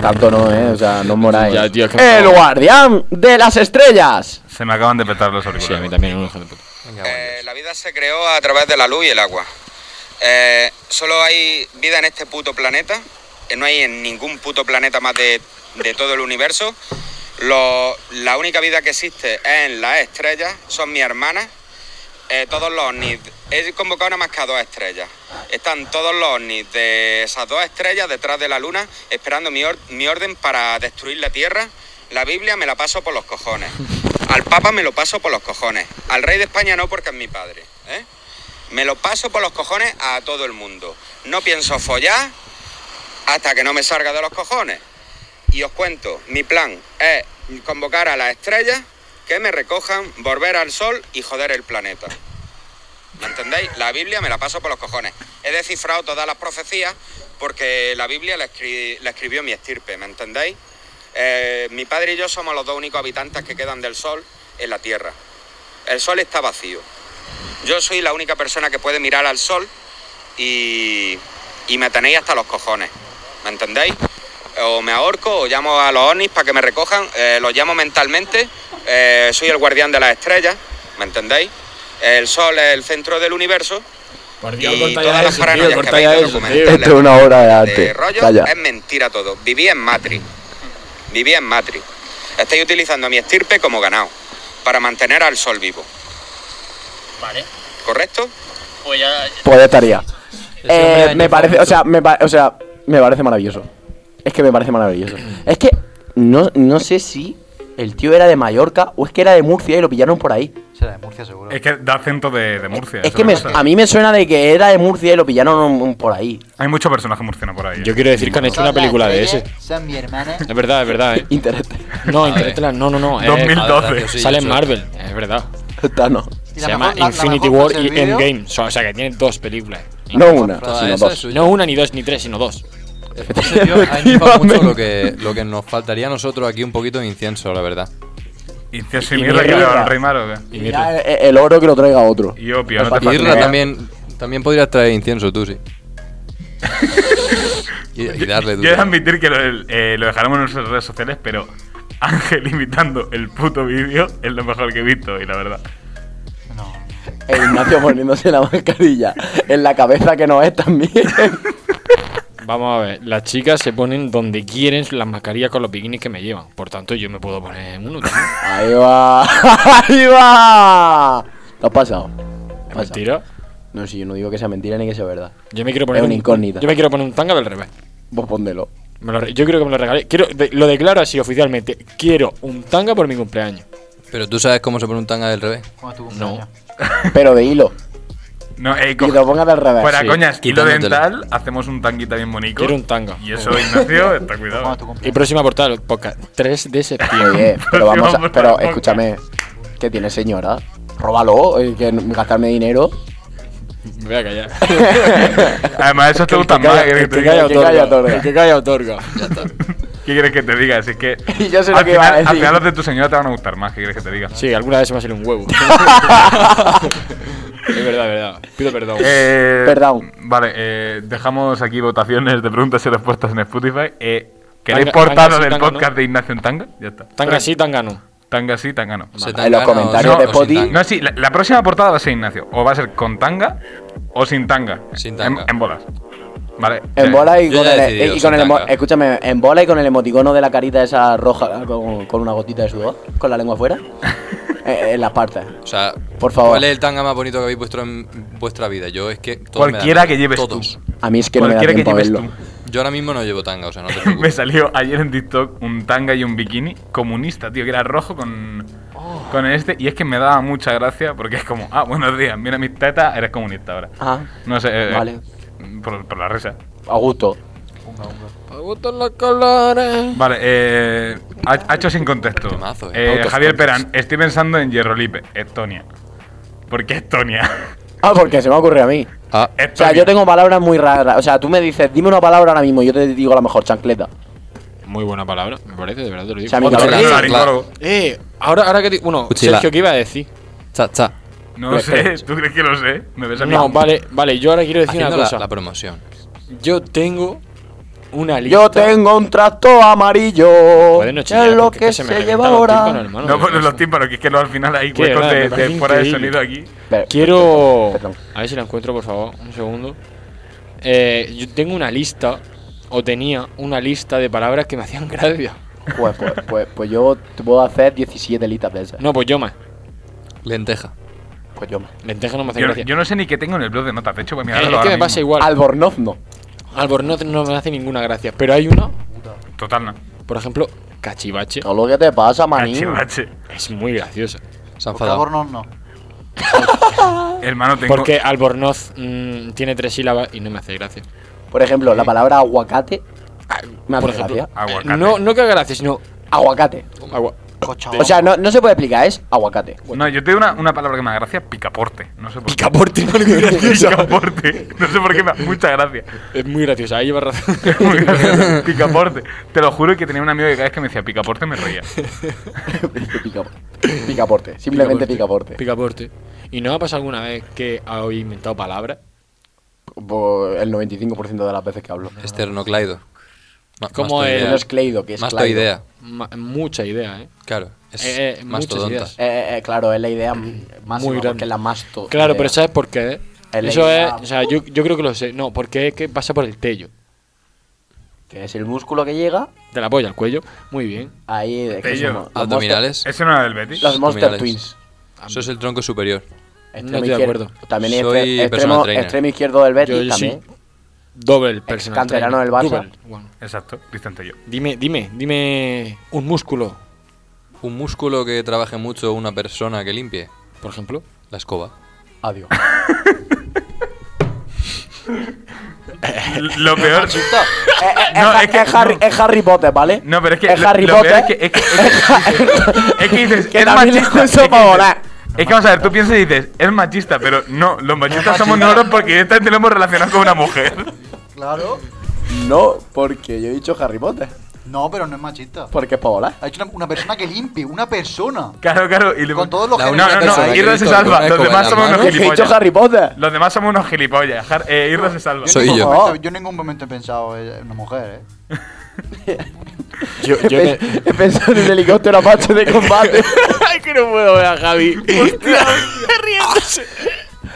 Speaker 3: Tanto no, eh. O sea, no moráis.
Speaker 2: Ya, tío, es que me
Speaker 3: El
Speaker 2: cago en-
Speaker 3: guardián de las estrellas.
Speaker 1: Se me acaban de petar los auriculares.
Speaker 2: Sí, a mí también, un hijo de puta.
Speaker 4: Venga,
Speaker 7: Eh,
Speaker 4: vaya.
Speaker 7: la vida se creó a través de la luz y el agua. Eh, solo hay vida en este puto planeta. eh, no hay en ningún puto planeta más de, de todo el universo. Lo- la única vida que existe es en las estrellas. Son mis hermanas. eh, todos los ovnis. He convocado nada más que a dos estrellas. Están todos los ovnis de esas dos estrellas detrás de la luna esperando mi, or- mi orden para destruir la Tierra. La Biblia me la paso por los cojones. Al Papa me lo paso por los cojones. Al rey de España no porque es mi padre. ¿eh? Me lo paso por los cojones a todo el mundo. No pienso follar hasta que no me salga de los cojones. y os cuento, mi plan es convocar a las estrellas que me recojan, volver al sol y joder el planeta. ¿Me entendéis? La Biblia me la paso por los cojones. He descifrado todas las profecías porque la Biblia la, escri- la escribió mi estirpe, ¿me entendéis? Eh, mi padre y yo somos los dos únicos habitantes que quedan del sol en la Tierra. El sol está vacío. Yo soy la única persona que puede mirar al sol y, y me tenéis hasta los cojones. ¿Me entendéis? O me ahorco o llamo a los ovnis para que me recojan, eh, los llamo mentalmente, eh, soy el guardián de las estrellas, ¿me entendéis? El sol es el centro del universo
Speaker 2: Por
Speaker 7: y todas las paranoias que
Speaker 2: corta
Speaker 7: veis
Speaker 2: ya
Speaker 7: de este
Speaker 2: eso, tío.
Speaker 7: documentales
Speaker 3: Esto es una obra de
Speaker 7: de
Speaker 8: Eh,
Speaker 3: arte.
Speaker 7: rollo
Speaker 3: Calla.
Speaker 8: em-
Speaker 7: es mentira todo. Viví en Matrix. Viví en Matrix. Estáis utilizando a mi estirpe como ganado para mantener al sol vivo,
Speaker 8: Vale.
Speaker 7: ¿correcto?
Speaker 8: Pues ya.
Speaker 3: Pues ya estaría.
Speaker 8: hombre
Speaker 3: Eh,
Speaker 8: ha
Speaker 3: me
Speaker 8: hecho
Speaker 3: parece, o
Speaker 8: mucho.
Speaker 3: sea, me pa- o sea, me parece maravilloso. Es que me parece maravilloso. Es que no, no sé si el tío era de Mallorca o es que era de Murcia y lo pillaron por ahí.
Speaker 5: Será de Murcia, seguro.
Speaker 1: Es que da acento de, de Murcia.
Speaker 3: Es
Speaker 1: eso
Speaker 3: que me-
Speaker 1: pasa.
Speaker 3: a mí me suena de que era de Murcia y lo pillaron um, por ahí.
Speaker 1: Hay mucho personaje murciano por ahí. ¿eh?
Speaker 2: Yo
Speaker 1: Yo
Speaker 2: quiero decir que han hecho una película de ese.
Speaker 5: ¿eh? Son mi hermana.
Speaker 2: Es verdad, es verdad, eh.
Speaker 3: Internet.
Speaker 2: No,
Speaker 4: A ver.
Speaker 2: Interstellar, no, no, no. eh,
Speaker 1: 2000.
Speaker 4: A ver,
Speaker 1: 12.
Speaker 4: Rocío,
Speaker 2: sale
Speaker 4: sí,
Speaker 2: en
Speaker 4: yo-
Speaker 2: Marvel, es verdad.
Speaker 3: Thanos.
Speaker 5: Y
Speaker 2: Se
Speaker 5: la
Speaker 2: llama
Speaker 5: mejor- la- la
Speaker 2: Infinity
Speaker 5: mejor
Speaker 2: War
Speaker 5: frase
Speaker 2: y
Speaker 5: del vídeo-
Speaker 2: Endgame. O sea, que tiene dos películas.
Speaker 3: No una,
Speaker 4: Toda
Speaker 3: sino
Speaker 4: esa es
Speaker 3: dos.
Speaker 4: suya.
Speaker 2: No una ni dos ni tres, sino dos.
Speaker 4: Entonces, tío, ha enchufado mucho lo que, lo que nos faltaría a nosotros aquí un poquito de incienso, la verdad.
Speaker 1: Y si es
Speaker 2: y
Speaker 1: mierda que
Speaker 2: mierda.
Speaker 1: lleva el rey Maro, ¿qué?
Speaker 2: Y
Speaker 3: Ya e,
Speaker 2: mierda.
Speaker 3: el, el oro que lo traiga otro.
Speaker 1: Y opio, no te
Speaker 3: Para
Speaker 4: Y
Speaker 1: pases
Speaker 4: Irra
Speaker 1: nada.
Speaker 4: también, también podrías traer incienso tú, sí. Y, y darle tú.
Speaker 1: Yo he de admitir que lo, el- eh, lo dejaremos en nuestras redes sociales, pero Ángel imitando el puto vídeo es lo mejor que he visto y la verdad.
Speaker 5: No.
Speaker 3: El E Ignacio poniéndose la mascarilla en la cabeza que no es también.
Speaker 2: Vamos a ver, las chicas se ponen donde quieren las mascarillas con los bikinis que me llevan. Por tanto, yo me puedo poner uno. tío.
Speaker 3: Ahí va. Ahí va. ¿Lo has pasado?
Speaker 2: Es
Speaker 3: Pasa.
Speaker 2: Mentira.
Speaker 3: No, si yo no digo que sea mentira ni que sea verdad.
Speaker 2: Yo me quiero
Speaker 3: Es
Speaker 2: poner
Speaker 3: una incógnita.
Speaker 2: Yo me quiero poner un tanga del revés.
Speaker 3: Vos póndelo.
Speaker 2: Me lo re- yo quiero que me lo regale. Quiero, de- lo declaro así oficialmente. Quiero un tanga por mi cumpleaños.
Speaker 4: Pero tú sabes cómo se pone un tanga del revés.
Speaker 5: Cuando tuvo un
Speaker 2: No.
Speaker 5: año.
Speaker 3: Pero de hilo.
Speaker 1: No, ey,
Speaker 3: Y
Speaker 1: coge-
Speaker 3: que lo pongas al revés.
Speaker 1: Fuera
Speaker 2: sí,
Speaker 1: coñas, hilo
Speaker 4: quitándotelo.
Speaker 1: dental, hacemos un tanguita bien bonito.
Speaker 2: Quiero un tanga.
Speaker 1: Y eso, Ignacio, está
Speaker 5: Cuando
Speaker 1: cuidado.
Speaker 5: tu
Speaker 2: Y
Speaker 5: cumpleaños.
Speaker 2: próxima portada, podcast 3 de septiembre.
Speaker 3: Oye, pero vamos a. Pero escúchame. ¿Qué tiene señora? Róbalo, eh, que n- gastarme dinero.
Speaker 2: Me voy a callar.
Speaker 1: Además, eso te
Speaker 2: El
Speaker 1: gusta
Speaker 2: que
Speaker 1: más.
Speaker 2: calla-
Speaker 1: ¿qué quieres que
Speaker 2: el
Speaker 1: te
Speaker 2: que
Speaker 1: diga?
Speaker 2: calla
Speaker 3: El que calla
Speaker 2: otorga.
Speaker 3: otorga.
Speaker 2: El que calla otorga.
Speaker 1: ¿Qué quieres que te diga? Así que.
Speaker 3: Y yo sé lo
Speaker 1: al
Speaker 3: que iba a
Speaker 1: final- Al
Speaker 3: decir.
Speaker 1: final los de tu señora te van a gustar más. ¿Qué quieres que te diga?
Speaker 2: Sí, alguna vez se me ha salido un huevo. es verdad, verdad. Pido perdón.
Speaker 1: Eh,
Speaker 3: Perdón.
Speaker 1: Vale, eh, dejamos aquí votaciones de preguntas y respuestas en Spotify. Eh, ¿Queréis
Speaker 2: Tanga-
Speaker 1: portada
Speaker 2: tanga sí,
Speaker 1: del
Speaker 2: tanga no.
Speaker 1: podcast de Ignacio en tanga? Ya está. Eh,
Speaker 2: Tanga sí, tanga no.
Speaker 1: Tanga sí, tanga no.
Speaker 3: En
Speaker 4: Se
Speaker 3: los
Speaker 4: tangana o-
Speaker 3: comentarios
Speaker 4: o
Speaker 3: de
Speaker 4: sin
Speaker 3: Poti-
Speaker 4: tanga.
Speaker 1: No, sí, la, la próxima portada va a ser Ignacio. O va a ser con tanga o sin tanga.
Speaker 4: Sin tanga.
Speaker 1: En, en bolas. Vale. eh,
Speaker 3: En bola y
Speaker 4: Yo
Speaker 3: con
Speaker 4: ya he
Speaker 3: el. e-
Speaker 4: decidido,
Speaker 3: y con
Speaker 4: sin
Speaker 3: el emo-
Speaker 4: tanga.
Speaker 3: escúchame, en bola y con el emoticono de la carita esa roja con, con una gotita de sudor. Con la lengua afuera. Eh, en las partes.
Speaker 4: O sea,
Speaker 3: Por favor.
Speaker 4: ¿Cuál es el tanga más bonito que habéis puesto en vuestra vida? Yo es que. todos me dan
Speaker 1: Cualquiera
Speaker 4: miedo,
Speaker 1: que lleves
Speaker 4: Todos.
Speaker 3: A mí es que no me da
Speaker 1: Cualquiera que
Speaker 3: tiempo a
Speaker 1: lleves
Speaker 3: verlo.
Speaker 1: tú.
Speaker 4: Yo ahora mismo no llevo tanga, o sea, no te
Speaker 1: Me
Speaker 4: preocupes.
Speaker 1: salió ayer en TikTok un tanga y un bikini comunista, tío, que era rojo con, con este. Y es que me daba mucha gracia porque es como, ah, buenos días, mira mis tetas, eres comunista ahora.
Speaker 3: Ah,
Speaker 1: No sé, eh,
Speaker 3: Vale.
Speaker 1: por, por la risa.
Speaker 3: a gusto.
Speaker 2: Me gustan los colores.
Speaker 1: Vale, eh, ha, ha hecho sin contexto.
Speaker 4: Temazo, eh.
Speaker 1: Eh,
Speaker 4: Out of
Speaker 1: Javier
Speaker 4: context.
Speaker 1: Perán, estoy pensando en Hierrolipe, Estonia. ¿Por qué Estonia?
Speaker 3: Ah, porque se me ocurre a mí.
Speaker 4: Ah,
Speaker 3: O sea,
Speaker 1: Estonia.
Speaker 3: yo tengo palabras muy raras. O sea, tú me dices, dime una palabra ahora mismo, yo te digo a lo mejor chancleta.
Speaker 2: Muy buena palabra, me parece, de verdad te lo digo.
Speaker 3: O sea, mi
Speaker 2: Otro
Speaker 3: cabeza-
Speaker 2: que-
Speaker 4: Claro,
Speaker 1: Laringólogo.
Speaker 2: Eh, ahora, ahora que te- Bueno,
Speaker 4: Uchila.
Speaker 2: Sergio, ¿qué iba a decir?
Speaker 4: cha, cha.
Speaker 1: No sé, ¿tú crees que lo sé? ¿Me ves a mí?
Speaker 2: No, vale, vale, yo ahora quiero decir
Speaker 4: Haciendo
Speaker 2: una
Speaker 4: la,
Speaker 2: cosa.
Speaker 4: la promoción.
Speaker 2: Yo tengo una lista.
Speaker 3: Yo tengo un tracto amarillo.
Speaker 2: Joder, no
Speaker 3: que
Speaker 2: chillar,
Speaker 3: es lo
Speaker 2: porque
Speaker 3: que
Speaker 2: se
Speaker 3: se,
Speaker 2: me
Speaker 3: lleva
Speaker 2: reventan los tímpanos,
Speaker 3: ahora.
Speaker 2: hermano,
Speaker 1: No
Speaker 2: de
Speaker 1: pones
Speaker 2: verdad.
Speaker 1: los tímpanos, que es que luego al final hay
Speaker 2: Qué
Speaker 1: huecos
Speaker 2: grande,
Speaker 1: de,
Speaker 2: me parece
Speaker 1: de fuera de
Speaker 2: increíble.
Speaker 1: sonido aquí.
Speaker 3: Pero-
Speaker 2: Quiero.
Speaker 3: Eh, Perdón.
Speaker 2: A ver si la encuentro, por favor. Un segundo. Eh, yo tengo una lista, o tenía una lista de palabras que me hacían gracia.
Speaker 3: Pues, pues, pues, pues yo te puedo hacer 17 listas de esas.
Speaker 2: No, pues yo más.
Speaker 4: Lenteja.
Speaker 3: Pues yo más.
Speaker 2: Lentejas no me hacen
Speaker 1: Yo,
Speaker 2: gracia.
Speaker 1: yo no sé ni qué tengo en el blog de notas, de hecho, voy a
Speaker 2: Eh,
Speaker 1: mirarlo
Speaker 2: es que
Speaker 1: ahora
Speaker 2: me pasa
Speaker 1: mismo.
Speaker 2: igual.
Speaker 3: Albornoz no.
Speaker 2: Albornoz no me hace ninguna gracia. Pero hay uno,
Speaker 1: Total, no.
Speaker 2: por ejemplo, cachivache.
Speaker 3: No lo que te pasa, manín.
Speaker 1: Cachivache.
Speaker 2: Es muy graciosa.
Speaker 4: Se ha
Speaker 5: Por
Speaker 4: enfadado.
Speaker 5: favor, no, no.
Speaker 2: Oh.
Speaker 1: Hermano, tengo.
Speaker 2: Porque Albornoz mm, tiene tres sílabas y no me hace gracia.
Speaker 3: Por ejemplo, la palabra aguacate.
Speaker 2: Ah,
Speaker 3: Me
Speaker 2: por
Speaker 3: hace
Speaker 2: ejemplo.
Speaker 3: gracia.
Speaker 1: Aguacate.
Speaker 2: No, no que haga gracia, sino
Speaker 3: Aguacate.
Speaker 2: agua.
Speaker 5: Cochado.
Speaker 3: O sea, no, no se puede explicar, es aguacate.
Speaker 1: No, yo te digo una, una palabra que me da gracia, picaporte. No sé por qué.
Speaker 2: Picaporte, mano, qué graciosa.
Speaker 1: Picaporte. No sé por qué me da mucha gracia.
Speaker 2: Es muy graciosa, ahí lleva razón.
Speaker 1: Muy gracioso. picaporte. Te lo juro que tenía un amigo que cada vez que me decía picaporte me reía.
Speaker 3: Pica- picaporte, simplemente picaporte.
Speaker 2: Picaporte. ¿Y no ha pasado alguna vez que habéis inventado palabras?
Speaker 3: Por el 95% de las veces que hablo.
Speaker 4: Esternocleido. Ma-
Speaker 2: ¿Cómo
Speaker 4: mastoidea.
Speaker 2: es?
Speaker 3: No es cleido, que es claido.
Speaker 4: Mastoidea.
Speaker 2: Ma- mucha idea, ¿eh?
Speaker 4: Claro. Es
Speaker 2: Eh, eh, muchas
Speaker 4: mastodonta.
Speaker 2: ideas.
Speaker 3: Eh, eh, claro, es la idea más
Speaker 2: Muy grande.
Speaker 3: porque es la masto.
Speaker 2: Claro,
Speaker 3: idea.
Speaker 2: pero ¿sabes por qué?
Speaker 3: El
Speaker 2: Eso es,
Speaker 3: idea-
Speaker 2: o sea, yo, yo creo que lo sé. No, porque es que pasa por el tello.
Speaker 3: Que es el músculo que llega
Speaker 2: De la polla al cuello. Muy bien.
Speaker 3: ahí. es que
Speaker 1: Pello.
Speaker 3: somos- los
Speaker 4: Abdominales.
Speaker 1: ¿Eso no era del Betis?
Speaker 3: monster- Los Monster
Speaker 4: abdominales.
Speaker 3: Twins.
Speaker 4: Eso es el tronco superior.
Speaker 3: Extremo
Speaker 2: estoy de
Speaker 3: izquierdo.
Speaker 2: acuerdo.
Speaker 3: También hay
Speaker 4: Soy
Speaker 3: extre-
Speaker 4: personal
Speaker 3: extremo,
Speaker 4: trainer.
Speaker 3: extremo izquierdo del Betis
Speaker 2: Yo, yo
Speaker 3: también.
Speaker 2: sí. Doble personal.
Speaker 3: canterano
Speaker 2: trainer.
Speaker 3: del Barça.
Speaker 2: Double. Bueno,
Speaker 1: Exacto, distante yo.
Speaker 2: dime, dime, dime un músculo,
Speaker 4: Un músculo que trabaje mucho una persona que limpie.
Speaker 2: por ejemplo.
Speaker 4: La escoba.
Speaker 3: Adiós.
Speaker 1: Lo peor. No,
Speaker 3: Eh, Ha-
Speaker 1: es que-
Speaker 3: Harry,
Speaker 1: no.
Speaker 3: es Harry Potter, ¿vale?
Speaker 1: No, pero es que.
Speaker 3: Es
Speaker 1: lo-
Speaker 3: Harry
Speaker 1: lo peor es
Speaker 3: Potter.
Speaker 1: que. Es que, es que- es que dices.
Speaker 3: Que
Speaker 1: es
Speaker 3: también
Speaker 1: machista.
Speaker 3: es eso
Speaker 1: que
Speaker 3: pa'
Speaker 1: dices-
Speaker 3: volar.
Speaker 1: Es que vamos a ver, tú piensas y dices, es machista, pero no, los machistas somos nosotros porque directamente lo hemos relacionado con una mujer.
Speaker 5: Claro.
Speaker 3: No, porque yo he dicho Harry Potter.
Speaker 5: No, pero no es machista.
Speaker 3: Porque es para volar.
Speaker 5: Ha dicho una, una persona que limpie, una persona.
Speaker 1: Claro, claro. Y le-
Speaker 5: Con todos los
Speaker 1: No,
Speaker 5: géneros
Speaker 1: no,
Speaker 5: de
Speaker 1: no,
Speaker 5: personas que he
Speaker 1: Irra se
Speaker 4: visto con
Speaker 1: salva.
Speaker 4: una
Speaker 1: Los
Speaker 4: escoba en
Speaker 1: demás
Speaker 4: la
Speaker 1: somos
Speaker 4: mano.
Speaker 1: unos
Speaker 3: Porque he dicho
Speaker 1: gilipollas.
Speaker 3: Harry Potter.
Speaker 1: Los demás somos unos gilipollas. Har- eh, Irra se salva.
Speaker 5: en
Speaker 4: Soy
Speaker 5: ningún
Speaker 4: yo.
Speaker 5: momento- yo en ningún momento he pensado eh, en una mujer, ¿eh?
Speaker 2: Yo,
Speaker 3: He,
Speaker 2: yo
Speaker 3: pe- he pensado en un helicóptero Apache de combate.
Speaker 2: Ay, que no puedo ver a Javi. Hostia, riéndose.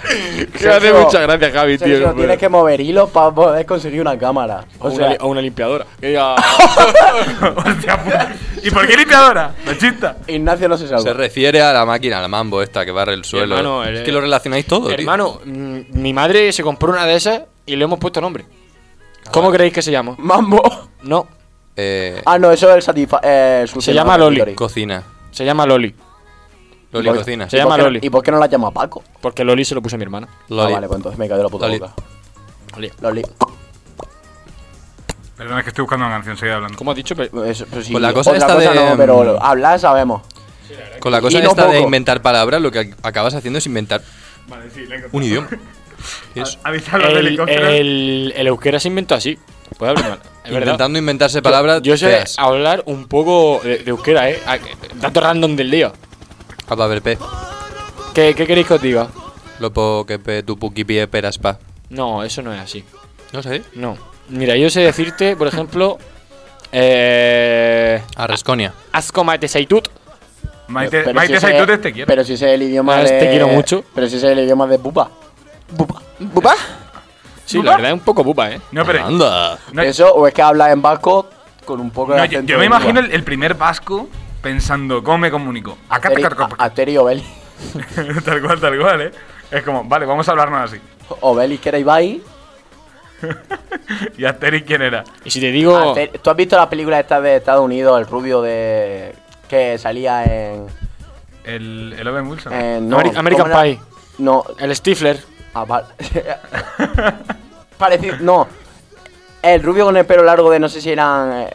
Speaker 2: Que hace
Speaker 3: Sergio,
Speaker 2: muchas gracias, Javi, tío.
Speaker 3: Sergio,
Speaker 2: no puedo.
Speaker 3: tienes que mover hilos para poder conseguir una cámara. O
Speaker 2: o, una,
Speaker 3: sea,
Speaker 2: li- o una limpiadora. Que diga,
Speaker 1: Hostia puta. ¿Y por qué limpiadora? Machista.
Speaker 3: Ignacio no se salva.
Speaker 4: Se refiere a la máquina, a la mambo esta que barre el suelo.
Speaker 2: Hermano,
Speaker 4: es
Speaker 2: el-
Speaker 4: que lo relacionáis todo, tío.
Speaker 2: hermano, mm, mi madre se compró una de esas y le hemos puesto nombre. ¿Cómo creéis que se llama?
Speaker 3: Mambo.
Speaker 2: No,
Speaker 4: Eh,
Speaker 3: Ah, no, eso es el satisfa... eh, el sucio
Speaker 2: llama
Speaker 3: de
Speaker 2: Loli.
Speaker 3: Victory.
Speaker 4: cocina.
Speaker 2: se llama Loli.
Speaker 4: Loli
Speaker 3: ¿Y por-
Speaker 4: cocina.
Speaker 2: Se
Speaker 3: ¿Y por
Speaker 2: llama
Speaker 3: qué no-
Speaker 2: Loli.
Speaker 3: ¿Y por qué no la llama Paco?
Speaker 2: Porque Loli se lo puso a mi hermana.
Speaker 4: Loli.
Speaker 3: Ah, vale, pues entonces me cae de la puta
Speaker 4: Loli.
Speaker 3: boca.
Speaker 2: Loli.
Speaker 3: Loli.
Speaker 1: Perdón, es que estoy buscando una canción, seguí hablando.
Speaker 2: ¿Cómo has dicho? Pe-
Speaker 3: Eso, pues sí,
Speaker 4: Pues la cosa
Speaker 3: otra
Speaker 4: esta de-
Speaker 3: No,
Speaker 2: mm,
Speaker 3: pero hablar sabemos.
Speaker 4: Con la cosa
Speaker 3: pues. Y no
Speaker 4: esta de
Speaker 3: poco.
Speaker 4: inventar palabras, lo que ac- acabas haciendo es inventar
Speaker 1: Vale, sí, le
Speaker 4: un idioma.
Speaker 2: Ah,
Speaker 4: Es
Speaker 1: Avisar los
Speaker 2: El,
Speaker 1: helicópteros.
Speaker 2: el, el euskera se inventó así. Puede hablar mal. Es verdad.
Speaker 4: intentando inventarse palabras.
Speaker 2: Yo, yo sé Ah.
Speaker 4: feas.
Speaker 2: hablar un poco de, de euskera, ¿eh? Ah, Dato random del día.
Speaker 4: Ah, va, a ver, pe.
Speaker 2: ¿Qué, ¿Qué queréis que os diga?
Speaker 4: Lopo que pe tu puqui pie e, peras pa.
Speaker 2: No, eso no es así.
Speaker 4: No sé.
Speaker 2: No. Mira, yo sé decirte, por ejemplo, eh,
Speaker 4: Arresconia.
Speaker 2: asko maite zaitut.
Speaker 1: Maite,
Speaker 3: Pero
Speaker 1: Maite
Speaker 3: si ese-
Speaker 1: Saitute te quiere.
Speaker 3: Pero si ese es el idioma
Speaker 2: Ah,
Speaker 3: de...
Speaker 2: te quiero mucho.
Speaker 3: Pero si ese es el idioma de pupa. Pupa.
Speaker 2: ¿Bupa? Sí,
Speaker 1: ¿Bupa?
Speaker 2: la verdad es un poco bupa, ¿eh?
Speaker 1: no, pero.
Speaker 4: Anda.
Speaker 1: no,
Speaker 3: Eso, o es que habla en vasco con un poco de
Speaker 1: no, yo,
Speaker 3: acento
Speaker 1: yo me
Speaker 3: de
Speaker 1: imagino
Speaker 3: Cuba.
Speaker 1: el, el primer vasco pensando, ¿cómo me comunico? Acá, acá, acá,
Speaker 3: Asteri- a- Asterio Obeli.
Speaker 1: acá. Tal cual, tal cual, ¿eh? Es como, vale, vamos a hablarnos así.
Speaker 3: Obeli que era Ibai.
Speaker 1: ¿Y Asterix quién era?
Speaker 2: Y si te digo.
Speaker 3: Aster- ¿Tú has visto las películas estas de Estados Unidos? El rubio de... Que salía en...
Speaker 1: El, el Owen Wilson.
Speaker 3: en- no,
Speaker 2: Ameri- American
Speaker 3: ¿cómo era?
Speaker 2: Pie.
Speaker 3: No,
Speaker 2: El Stifler.
Speaker 3: Ah, vale. Parecido. No. El rubio con el pelo largo de no sé si eran. eh,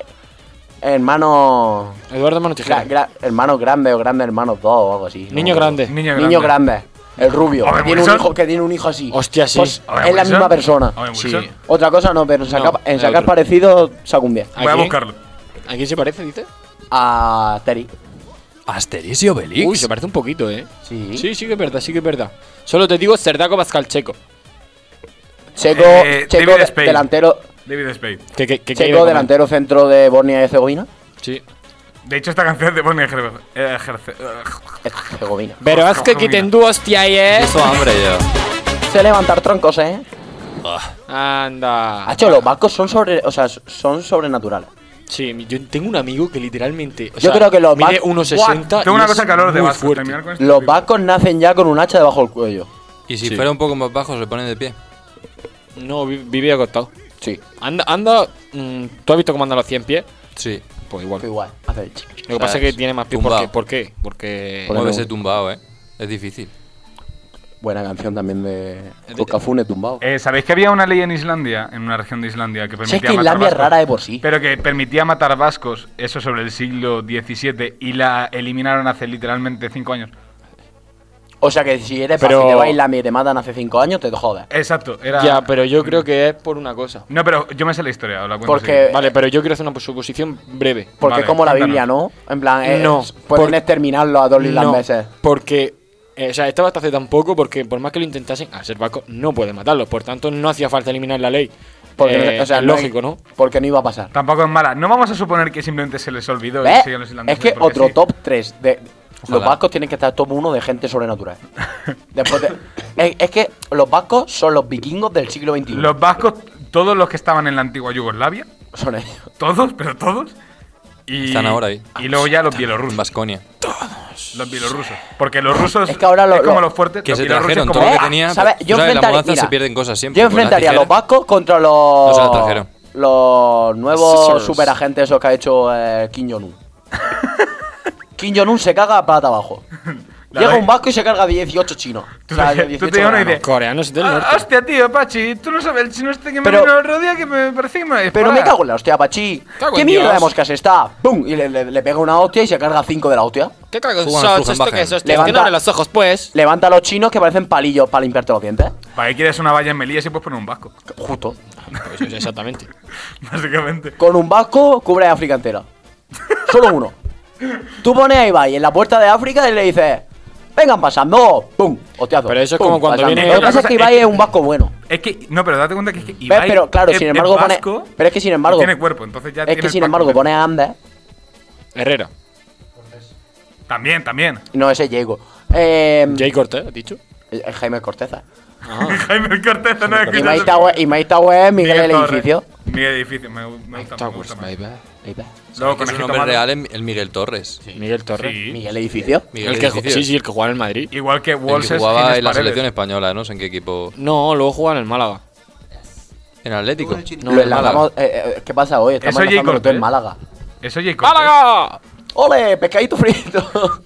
Speaker 3: hermanos.
Speaker 2: Eduardo Mano
Speaker 3: gra-
Speaker 2: Tijera.
Speaker 3: gra- hermanos grandes o grandes hermanos dos o algo así.
Speaker 2: Niño
Speaker 3: No.
Speaker 2: grande.
Speaker 1: Niño grande.
Speaker 3: Niño grande. El rubio.
Speaker 1: Owen
Speaker 3: Que tiene, un
Speaker 1: Wilson.
Speaker 3: hijo, que tiene un hijo así.
Speaker 2: Hostia, sí.
Speaker 3: Pues,
Speaker 1: Owen
Speaker 3: es la
Speaker 1: Wilson.
Speaker 3: misma persona.
Speaker 1: Owen
Speaker 2: Sí.
Speaker 1: Wilson.
Speaker 3: Otra cosa no, pero en sacar,
Speaker 2: No,
Speaker 3: en
Speaker 2: es
Speaker 3: sacar
Speaker 2: otro.
Speaker 3: parecido saca un 10.
Speaker 1: Voy a
Speaker 2: quién?
Speaker 1: buscarlo.
Speaker 2: ¿A quién se parece, dice?
Speaker 3: A Terry.
Speaker 4: Asterix y Obelix.
Speaker 2: Uy, se parece un poquito, ¿eh?
Speaker 3: Sí.
Speaker 2: Sí, sí que es verdad, sí que es verdad. Solo te digo Cerdaco Pascal Checo.
Speaker 3: Checo,
Speaker 1: Eh,
Speaker 3: Checo
Speaker 1: David
Speaker 3: de-
Speaker 1: Spade.
Speaker 3: delantero.
Speaker 1: David Spade.
Speaker 2: Que, que, que- que-
Speaker 3: Checo, delantero centro de Bosnia y Herzegovina.
Speaker 2: Sí.
Speaker 1: De hecho, esta canción es de Bonnie Herce- eh, Herce- eh,
Speaker 3: Herzegovina.
Speaker 2: Pero es que quiten tú, hostia, y es.
Speaker 4: Eso hambre yo.
Speaker 3: Sé levantar troncos, eh.
Speaker 2: Anda.
Speaker 3: Hacho, los vascos son sobre, o sea, son sobrenaturales.
Speaker 2: Sí, mi- yo tengo un amigo que literalmente. o
Speaker 3: Yo
Speaker 2: sea,
Speaker 3: creo que los
Speaker 2: mide
Speaker 3: vas-
Speaker 2: 1,60.
Speaker 1: Tengo una
Speaker 2: y
Speaker 1: cosa
Speaker 2: es
Speaker 1: que hablar de
Speaker 2: muy
Speaker 1: vasco.
Speaker 2: fuerte.
Speaker 1: Terminar con esto.
Speaker 3: Los vascos nacen ya con un hacha debajo del cuello.
Speaker 4: Y si
Speaker 2: Sí.
Speaker 4: fuera un poco más bajo, se pone de pie.
Speaker 2: No, vi- vive acostado.
Speaker 3: Sí.
Speaker 2: Anda, anda. mm, ¿Tú has visto cómo anda a los 100 pies?
Speaker 4: Sí.
Speaker 2: Pues igual.
Speaker 3: Igual, hace el chic.
Speaker 2: Lo que pasa es que
Speaker 4: ¿Sabes?
Speaker 2: tiene más pies. ¿Por
Speaker 4: Tumbao.
Speaker 2: qué? ¿Por qué? Porque.
Speaker 3: Porque-
Speaker 4: Muévese tumbado, eh. Es difícil.
Speaker 3: Buena canción también de Cocafune tumbado.
Speaker 1: Eh, ¿Sabéis que había una ley en Islandia, en una región de Islandia, que
Speaker 3: Si
Speaker 1: permitía
Speaker 3: es que
Speaker 1: matar
Speaker 3: Islandia es
Speaker 1: vascos?
Speaker 3: rara de por sí.
Speaker 1: Pero que permitía matar vascos, eso sobre el siglo XVII, y la eliminaron hace literalmente cinco años.
Speaker 3: O sea que si eres
Speaker 2: Pero-
Speaker 3: pero... de Islandia y te matan hace 5 años, te jodas.
Speaker 1: Exacto, era...
Speaker 2: Ya, pero yo creo que es por una cosa.
Speaker 1: No, pero yo me sé la historia, os la cuento.
Speaker 3: Porque-
Speaker 1: si-
Speaker 2: Vale, pero yo quiero hacer una suposición breve.
Speaker 3: Porque
Speaker 1: Vale,
Speaker 3: es como la
Speaker 1: cuéntanos.
Speaker 3: Biblia, ¿no? En plan, eh,
Speaker 2: No,
Speaker 3: pueden
Speaker 2: por-
Speaker 3: exterminarlo a dos
Speaker 2: No,
Speaker 3: islandeses.
Speaker 2: Porque, eh, o sea, estaba hasta hace tampoco, porque por más que lo intentasen, al ser vasco no puede matarlos. Por tanto, no hacía falta eliminar la ley.
Speaker 3: Porque,
Speaker 2: Eh,
Speaker 3: o sea,
Speaker 2: es
Speaker 3: no-
Speaker 2: lógico, ¿no?
Speaker 3: Porque no iba a pasar.
Speaker 1: Tampoco es mala. No vamos a suponer que simplemente se les olvidó y
Speaker 3: ¿Ves?
Speaker 1: siguen los
Speaker 3: Es
Speaker 1: islandeses.
Speaker 3: que
Speaker 1: porque
Speaker 3: otro
Speaker 1: sí.
Speaker 3: top 3 de. Los
Speaker 4: Ojalá.
Speaker 3: vascos tienen que estar top 1 de gente sobrenatural. Después de- es, es que los vascos son los vikingos del siglo XXI.
Speaker 1: Los vascos, todos los que estaban en la antigua Yugoslavia,
Speaker 3: Son ellos.
Speaker 1: todos, pero todos. Y,
Speaker 4: Están ahora ahí.
Speaker 1: Y luego ya los
Speaker 4: En
Speaker 1: bielorrusos.
Speaker 4: Basconia.
Speaker 1: Los bielorrusos. Porque los rusos
Speaker 3: Es que ahora lo-
Speaker 1: es como
Speaker 3: lo-
Speaker 1: los fuertes.
Speaker 4: Que
Speaker 1: los
Speaker 4: se
Speaker 1: bielorrusos
Speaker 4: trajeron
Speaker 1: como
Speaker 4: todo lo que
Speaker 3: Eh,
Speaker 4: tenían.
Speaker 3: ¿sabes? Yo
Speaker 4: Tú sabes, en la
Speaker 3: enfrentaría-
Speaker 4: mudanza se
Speaker 3: mira,
Speaker 4: pierden cosas siempre.
Speaker 3: Yo
Speaker 4: con las
Speaker 3: enfrentaría a los
Speaker 4: tijeras.
Speaker 3: vascos contra los.
Speaker 4: No se la trajeron.
Speaker 3: Los nuevos
Speaker 2: Scissors.
Speaker 3: superagentes esos que ha hecho eh, Kim Jong-un. Kim Jong-un se caga a plata abajo.
Speaker 1: La
Speaker 3: Llega
Speaker 1: ley.
Speaker 3: un vasco y se carga 18 chinos. O
Speaker 1: Tú
Speaker 3: sea,
Speaker 1: te- tú
Speaker 3: 18
Speaker 1: te llevas una
Speaker 3: enanos.
Speaker 1: idea.
Speaker 2: Coreanos del
Speaker 1: Ah,
Speaker 2: norte.
Speaker 1: hostia, tío, Pachi, tú no sabes el chino este que
Speaker 3: Pero-
Speaker 1: me vino el otro día que me parece que me va a
Speaker 3: Pero me
Speaker 1: disparar.
Speaker 3: cago en la hostia, Pachi.
Speaker 2: Cago
Speaker 3: ¿Qué
Speaker 2: en
Speaker 3: mierda
Speaker 2: Dios.
Speaker 3: de moscas está? ¡Pum! Y le, le- le pega una hostia y se carga 5 de la hostia.
Speaker 2: ¿Qué cago en
Speaker 4: Juan,
Speaker 2: sos?
Speaker 4: Juan,
Speaker 2: ¿Esto
Speaker 4: baja.
Speaker 2: qué es? Hostia,
Speaker 3: Levanta-
Speaker 2: es que no abre los ojos, pues.
Speaker 3: Levanta a los chinos que parecen palillos para limpiarte los dientes.
Speaker 1: ¿Para qué quieres una valla en Melilla si puedes poner un vasco?
Speaker 3: Justo.
Speaker 2: Pues eso, exactamente.
Speaker 1: Básicamente.
Speaker 3: Con un vasco cubre África entera. Solo uno. Tú pones a Ibai en la puerta de África y le dices, vengan pasando, ¡pum! Hostiazo.
Speaker 2: Pero eso es
Speaker 3: ¡Pum!
Speaker 2: como cuando
Speaker 3: Pasando.
Speaker 2: viene-
Speaker 3: Lo que pasa es que Ibai es un vasco bueno.
Speaker 1: Es que, no, pero date cuenta que es que
Speaker 3: ¿Ves?
Speaker 1: Ibai
Speaker 3: Pero claro,
Speaker 1: es-
Speaker 3: sin
Speaker 1: es
Speaker 3: embargo pone.
Speaker 1: vasco,
Speaker 3: Pero es que sin
Speaker 1: y
Speaker 3: embargo.
Speaker 1: tiene cuerpo, entonces ya
Speaker 3: Es que
Speaker 1: tiene
Speaker 3: sin
Speaker 1: el
Speaker 3: embargo
Speaker 1: vasco.
Speaker 3: pone a Andes.
Speaker 2: Herrera.
Speaker 1: También, también.
Speaker 3: No, ese es Diego. Eh,
Speaker 2: Jay Cortez, ¿has dicho?
Speaker 3: eh, Jaime Corteza. Ah.
Speaker 1: Jaime Cortés, no
Speaker 3: Y
Speaker 1: escuchas.
Speaker 3: Maita Hue- y Maita Hue es Miguel el edificio.
Speaker 1: Miguel el edificio, me, me gusta, me gusta más. Luego
Speaker 4: Es un
Speaker 1: Conejito
Speaker 4: nombre
Speaker 1: Malo.
Speaker 4: real, ¿eh? el el Miguel Torres.
Speaker 2: Miguel Torres.
Speaker 1: Sí.
Speaker 3: Miguel edificio.
Speaker 4: Miguel
Speaker 2: el que,
Speaker 4: Edificio.
Speaker 2: sí, sí, el que jugaba en el Madrid.
Speaker 1: Igual que
Speaker 4: El
Speaker 1: Walsh
Speaker 4: que jugaba en la selección española, no sé en qué equipo.
Speaker 2: No, luego jugaba en el Málaga.
Speaker 4: En Atlético.
Speaker 3: Lo
Speaker 4: en Málaga.
Speaker 3: enlazamos- eh, eh, ¿Qué pasa hoy? Estamos
Speaker 1: Eso es
Speaker 3: enlazándolo
Speaker 1: J.
Speaker 3: todo
Speaker 1: Cortés.
Speaker 3: en Málaga.
Speaker 1: Eso es Jay Cortés.
Speaker 2: ¡Málaga!
Speaker 3: ¡Ole! Pescadito frito.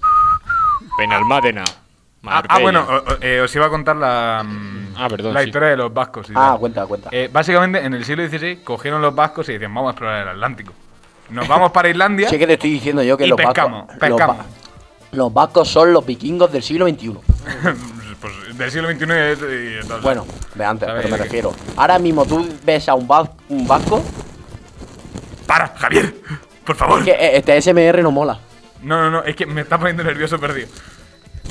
Speaker 2: Penalmádena.
Speaker 1: Ah, ah, bueno, o- o- eh, os iba a contar la, mm,
Speaker 2: Ah, perdón,
Speaker 1: la
Speaker 2: sí.
Speaker 1: historia de los vascos. y
Speaker 3: ah,
Speaker 1: tal.
Speaker 3: cuenta, cuenta.
Speaker 1: Eh, básicamente, en el siglo XVI cogieron los vascos y decían, vamos a explorar el Atlántico. Nos vamos para Islandia.
Speaker 3: Sí que te estoy diciendo yo que
Speaker 1: y
Speaker 3: los
Speaker 1: pescamos,
Speaker 3: vascos.
Speaker 1: pescamos.
Speaker 3: Los, va- los vascos son los vikingos del siglo XXI.
Speaker 1: pues, del siglo XXI es- y entonces-
Speaker 3: Bueno, de antes,
Speaker 1: A ver,
Speaker 3: pero me
Speaker 1: ¿qué?
Speaker 3: refiero. Ahora mismo tú ves a un, vas- un vasco
Speaker 1: ¡Para, Javier! ¡Por favor!
Speaker 3: que eh, este SMR no mola.
Speaker 1: No, no, no, es que me está poniendo nervioso perdido.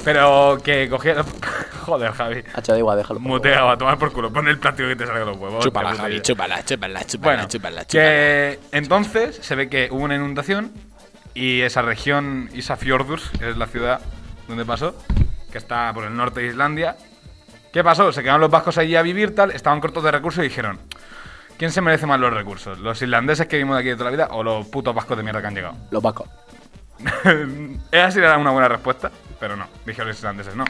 Speaker 1: Pero que cogieron... Joder, Javi.
Speaker 3: HD, igual, déjalo. por favor.
Speaker 1: Muteado, a tomar por culo. Pon el plástico que te salga de los huevos.
Speaker 2: Chúpala,
Speaker 1: Hostia,
Speaker 2: Javi,
Speaker 1: puta
Speaker 2: chúpala, chúpala, chúpala,
Speaker 1: Bueno,
Speaker 2: chúpala, chúpala.
Speaker 1: que entonces se ve que hubo una inundación y esa región, Isafjordur, que es la ciudad donde pasó, que está por el norte de Islandia. ¿Qué pasó? Se quedaron los vascos allí a vivir, tal, estaban cortos de recursos y dijeron, ¿quién se merece más los recursos? ¿Los islandeses que vivimos de aquí de toda la vida o los putos vascos de mierda que han llegado?
Speaker 3: Los vascos.
Speaker 1: Esa sí era una buena respuesta, pero no. Dije a los islandeses, no.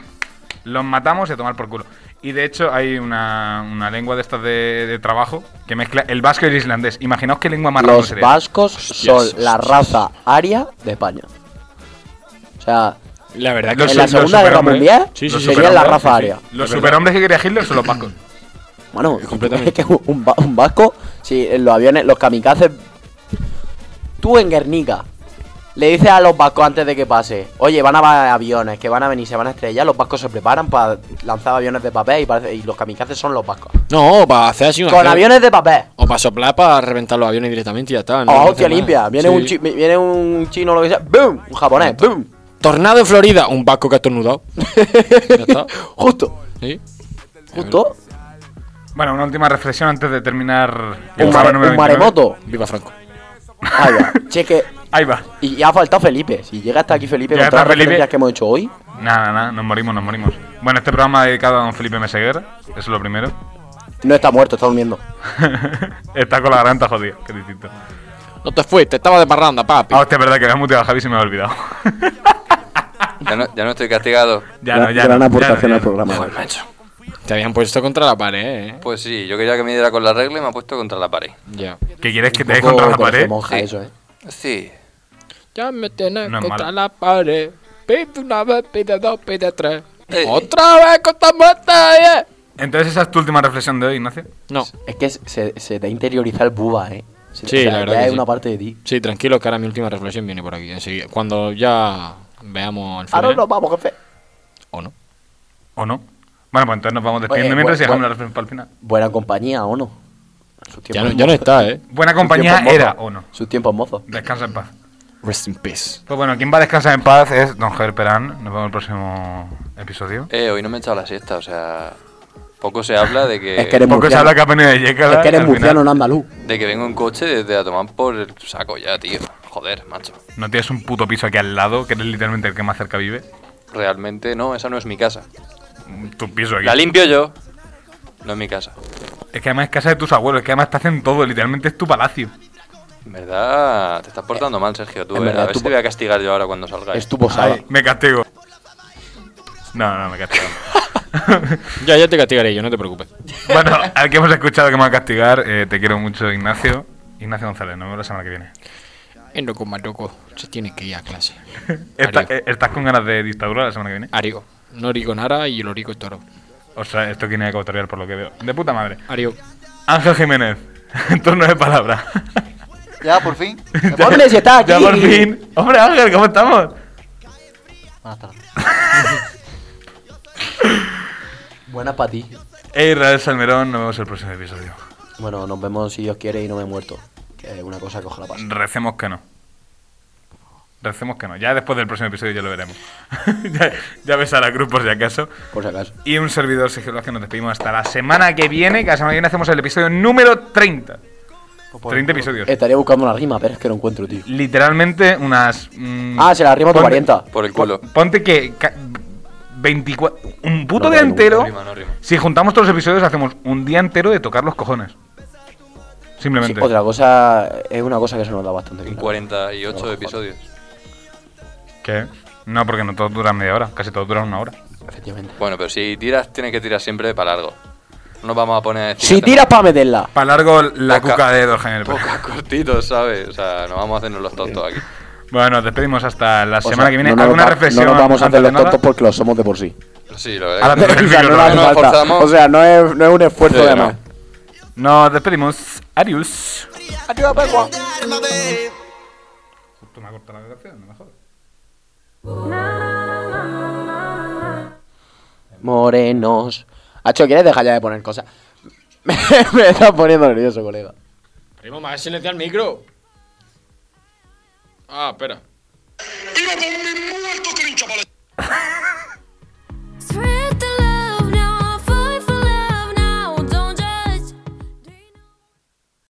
Speaker 1: Los matamos y a tomar por culo. Y de hecho hay una, una lengua de estas de, de trabajo que mezcla el vasco y el islandés. Imaginaos qué lengua más rara
Speaker 3: Los
Speaker 1: sería.
Speaker 3: vascos son la raza aria de España. O sea,
Speaker 2: La verdad que
Speaker 1: Los-
Speaker 3: en
Speaker 2: sí.
Speaker 3: la
Speaker 1: los
Speaker 3: Segunda Guerra
Speaker 1: superhombres.
Speaker 3: Mundial
Speaker 2: Sí, sí,
Speaker 1: Los
Speaker 2: sí.
Speaker 3: sería la
Speaker 1: superhombres,
Speaker 3: raza
Speaker 1: ¿eh? sí, sí.
Speaker 3: aria.
Speaker 1: Los superhombres que quería Hitler son los vascos.
Speaker 3: Bueno,
Speaker 2: Completamente.
Speaker 3: es que un, va- un vasco, si en los aviones, los kamikazes. Tú en Guernica le dices a los vascos antes de que pase: Oye, van a va- aviones, que van a venir, se van a estrellar. Los vascos se preparan para lanzar aviones de papel y, parece- y los kamikazes son los vascos.
Speaker 2: No, para hacer así una.
Speaker 3: Con aviones de papel.
Speaker 2: O para soplar para reventar los aviones directamente y ya está.
Speaker 3: O
Speaker 2: no hace
Speaker 3: hostia
Speaker 2: más.
Speaker 3: limpia. Viene,
Speaker 2: Sí.
Speaker 3: un chi- viene un chino o lo que sea. ¡Boom! Un japonés. ¡Boom!
Speaker 2: Tornado en Florida. Un vasco que ha estornudado. ya está.
Speaker 3: Justo.
Speaker 2: Sí.
Speaker 3: Justo.
Speaker 1: Bueno, una última reflexión antes de terminar. el
Speaker 3: Un,
Speaker 1: programa
Speaker 3: mare-
Speaker 1: número 29.
Speaker 3: un maremoto.
Speaker 2: Viva Franco.
Speaker 3: Ah, ya. Che, que-
Speaker 1: Ahí va.
Speaker 3: Y y ha faltado Felipe. Si llega hasta aquí Felipe,
Speaker 1: Llega
Speaker 3: con todas
Speaker 1: hasta
Speaker 3: las
Speaker 1: Felipe.
Speaker 3: referencias que hemos hecho hoy.
Speaker 1: Nada, nada, nos morimos, nos morimos. Bueno, este programa dedicado a don Felipe Meseguer, eso es lo primero.
Speaker 3: No está muerto, está durmiendo.
Speaker 1: Está con la garganta jodida, qué distinto.
Speaker 2: No te fuiste, estaba de parranda, papi.
Speaker 1: Ah, hostia, es verdad que me ha muteado a Javi se me ha olvidado.
Speaker 4: Ya no, ya no estoy castigado.
Speaker 1: ya no, ya.
Speaker 3: Gran
Speaker 1: no, ya no,
Speaker 3: aportación
Speaker 1: ya no.
Speaker 3: al programa.
Speaker 2: Te habían puesto contra la pared, eh.
Speaker 4: Pues sí, yo quería que me diera con la regla y me ha puesto contra la pared.
Speaker 2: Ya.
Speaker 1: ¿Que quieres que te
Speaker 3: Un
Speaker 1: deje
Speaker 3: poco
Speaker 1: contra la
Speaker 3: colegio
Speaker 1: pared?
Speaker 3: monja
Speaker 4: Sí.
Speaker 3: eso, eh.
Speaker 4: Sí.
Speaker 2: Ya me tenés
Speaker 1: No es
Speaker 2: contra
Speaker 1: malo.
Speaker 2: la pared. Pide una vez, pide dos, pide tres.
Speaker 4: Eh,
Speaker 2: ¡Otra vez con esta muerta!
Speaker 1: Entonces esa es tu última reflexión de hoy, Ignacio.
Speaker 2: No,
Speaker 3: Es que se, se te ha interiorizado el buba, eh. Se te-
Speaker 2: Sí,
Speaker 3: o sea,
Speaker 2: la verdad
Speaker 3: ya
Speaker 2: que
Speaker 3: es
Speaker 2: sí.
Speaker 3: una parte de ti.
Speaker 2: sí, tranquilo, que ahora mi última reflexión viene por aquí. enseguida. Cuando ya veamos el
Speaker 3: Ahora
Speaker 2: final.
Speaker 3: nos vamos, jefe.
Speaker 2: ¿O no?
Speaker 1: ¿O no? Bueno, pues entonces nos vamos despidiendo
Speaker 3: Oye,
Speaker 1: mientras y
Speaker 3: bu-
Speaker 1: dejamos
Speaker 3: bu-
Speaker 1: la reflexión para el final.
Speaker 3: Buena compañía, ¿o no?
Speaker 2: Ya,
Speaker 3: Sus
Speaker 2: no? ya
Speaker 3: tiempos
Speaker 2: no
Speaker 3: mozos.
Speaker 2: está, ¿eh?
Speaker 1: Buena
Speaker 3: Sus
Speaker 1: compañía
Speaker 3: tiempos
Speaker 1: era
Speaker 3: mozos.
Speaker 1: o no.
Speaker 3: Sus tiempos mozos.
Speaker 1: Descansa en paz.
Speaker 2: Rest in peace.
Speaker 1: Pues bueno, quien va a descansar en paz es Don Javier Perán. Nos vemos en el próximo episodio.
Speaker 4: eh, hoy no me he echado la siesta, o sea. Poco se habla de que,
Speaker 3: Es que eres
Speaker 1: Porque se
Speaker 3: murciano.
Speaker 1: habla que ha venido de Yécala.
Speaker 3: Es que eres
Speaker 1: al final.
Speaker 3: murciano, no andaluz.
Speaker 4: de que vengo en coche desde a tomar por el saco ya, tío. Joder, macho.
Speaker 1: No tienes un puto piso aquí al lado, que eres literalmente el que más cerca vive.
Speaker 4: Realmente no, esa no es mi casa.
Speaker 1: Tu piso aquí.
Speaker 4: La limpio yo. No es mi casa.
Speaker 1: Es que además es casa de tus abuelos, es que además te hacen todo, literalmente es tu palacio.
Speaker 4: En verdad, te estás portando mal, Sergio, tú,
Speaker 3: en
Speaker 4: ¿eh?
Speaker 3: verdad,
Speaker 4: a ver
Speaker 3: tú
Speaker 4: si te voy a castigar yo ahora cuando eh. salgáis.
Speaker 3: Es tu posada.
Speaker 1: Ay, me castigo. No, no, me castigo.
Speaker 2: Ya, ya te castigaré yo, no te preocupes.
Speaker 1: bueno, al que hemos escuchado que me va a castigar, eh, te quiero mucho, Ignacio. Ignacio González, nos vemos la semana que viene.
Speaker 2: En loco, Marroco, se tiene que ir a clase.
Speaker 1: Esta-
Speaker 2: Adiós.
Speaker 1: eh, ¿Estás con ganas de dictadura la semana que viene?
Speaker 2: Arigo. Norigo Nara y el Origo Toro.
Speaker 1: O sea, esto tiene que autorear por lo que veo. De puta madre.
Speaker 2: Arigo.
Speaker 1: Ángel Jiménez, turno de palabra.
Speaker 5: Ya, por fin.
Speaker 3: Hombre, Pues si está aquí.
Speaker 1: Ya por fin. Hombre, Ángel, ¿cómo estamos?
Speaker 5: Buenas tardes.
Speaker 3: Buenas para ti.
Speaker 1: Hey, Israel Salmerón, nos vemos el próximo episodio.
Speaker 3: Bueno, nos vemos si Dios quiere y no me he muerto. Que es una cosa que ojalá pase.
Speaker 1: Recemos que no. Recemos que no. Ya después del próximo episodio ya lo veremos. ya, ya ves a la cruz por si acaso.
Speaker 3: Por si acaso.
Speaker 1: Y un servidor Sergio Vázquez, nos despedimos hasta la semana que viene, que la semana que viene hacemos el episodio número 30.
Speaker 5: Pues por el
Speaker 1: 30
Speaker 5: culo.
Speaker 1: episodios.
Speaker 3: Estaría buscando una rima, pero es que no encuentro, tío.
Speaker 1: Literalmente unas... mm,
Speaker 3: Ah, se la rima a tu
Speaker 1: Ponte-
Speaker 3: parienta.
Speaker 4: Por el culo.
Speaker 1: po- Ponte que... ca- 24... Un puto
Speaker 3: No,
Speaker 1: día
Speaker 3: no, no,
Speaker 1: entero...
Speaker 4: No rima, no rima.
Speaker 1: Si juntamos todos los episodios hacemos un día entero de tocar los cojones.
Speaker 3: Sí,
Speaker 1: Simplemente.
Speaker 3: otra cosa, es una cosa que se nos da bastante.
Speaker 4: En
Speaker 3: claro.
Speaker 4: 48 episodios.
Speaker 1: ¿Qué? No, porque no todos duran media hora, casi todos duran una hora.
Speaker 3: Efectivamente.
Speaker 4: Bueno, pero si tiras, tienes que tirar siempre para largo. No nos vamos a poner a decir
Speaker 3: Si
Speaker 4: que
Speaker 3: tiras para meterla.
Speaker 1: Para largo la
Speaker 4: Poca-
Speaker 1: cuca de Don Jaime
Speaker 4: tenemos Pocas cortitos, ¿sabes? O sea, no vamos a hacernos los tontos aquí.
Speaker 1: Bueno, nos despedimos hasta la
Speaker 3: O
Speaker 1: semana
Speaker 3: sea,
Speaker 1: que viene.
Speaker 3: no nos
Speaker 1: ¿Alguna
Speaker 3: va-
Speaker 1: reflexión?
Speaker 3: No nos vamos a
Speaker 1: antes
Speaker 3: hacer
Speaker 1: de
Speaker 3: los tontos
Speaker 1: nada?
Speaker 3: porque los somos de por sí.
Speaker 4: Sí, la
Speaker 1: Ahora
Speaker 4: verdad.
Speaker 1: te-
Speaker 4: es
Speaker 3: O
Speaker 4: que-
Speaker 3: sea, no,
Speaker 1: no
Speaker 3: nos hace
Speaker 4: nos
Speaker 3: falta.
Speaker 4: forzamos.
Speaker 3: O sea, no es, no es un esfuerzo
Speaker 4: Sí,
Speaker 3: de
Speaker 4: no.
Speaker 3: más.
Speaker 1: Nos despedimos. Adiós. Justo me ha cortado la grabación, no me jodas.
Speaker 3: Morenos. Hacho, ¿quieres dejar ya de poner cosas? me estás poniendo nervioso, colega.
Speaker 2: Primo, me vas a silenciar el micro. Ah, espera.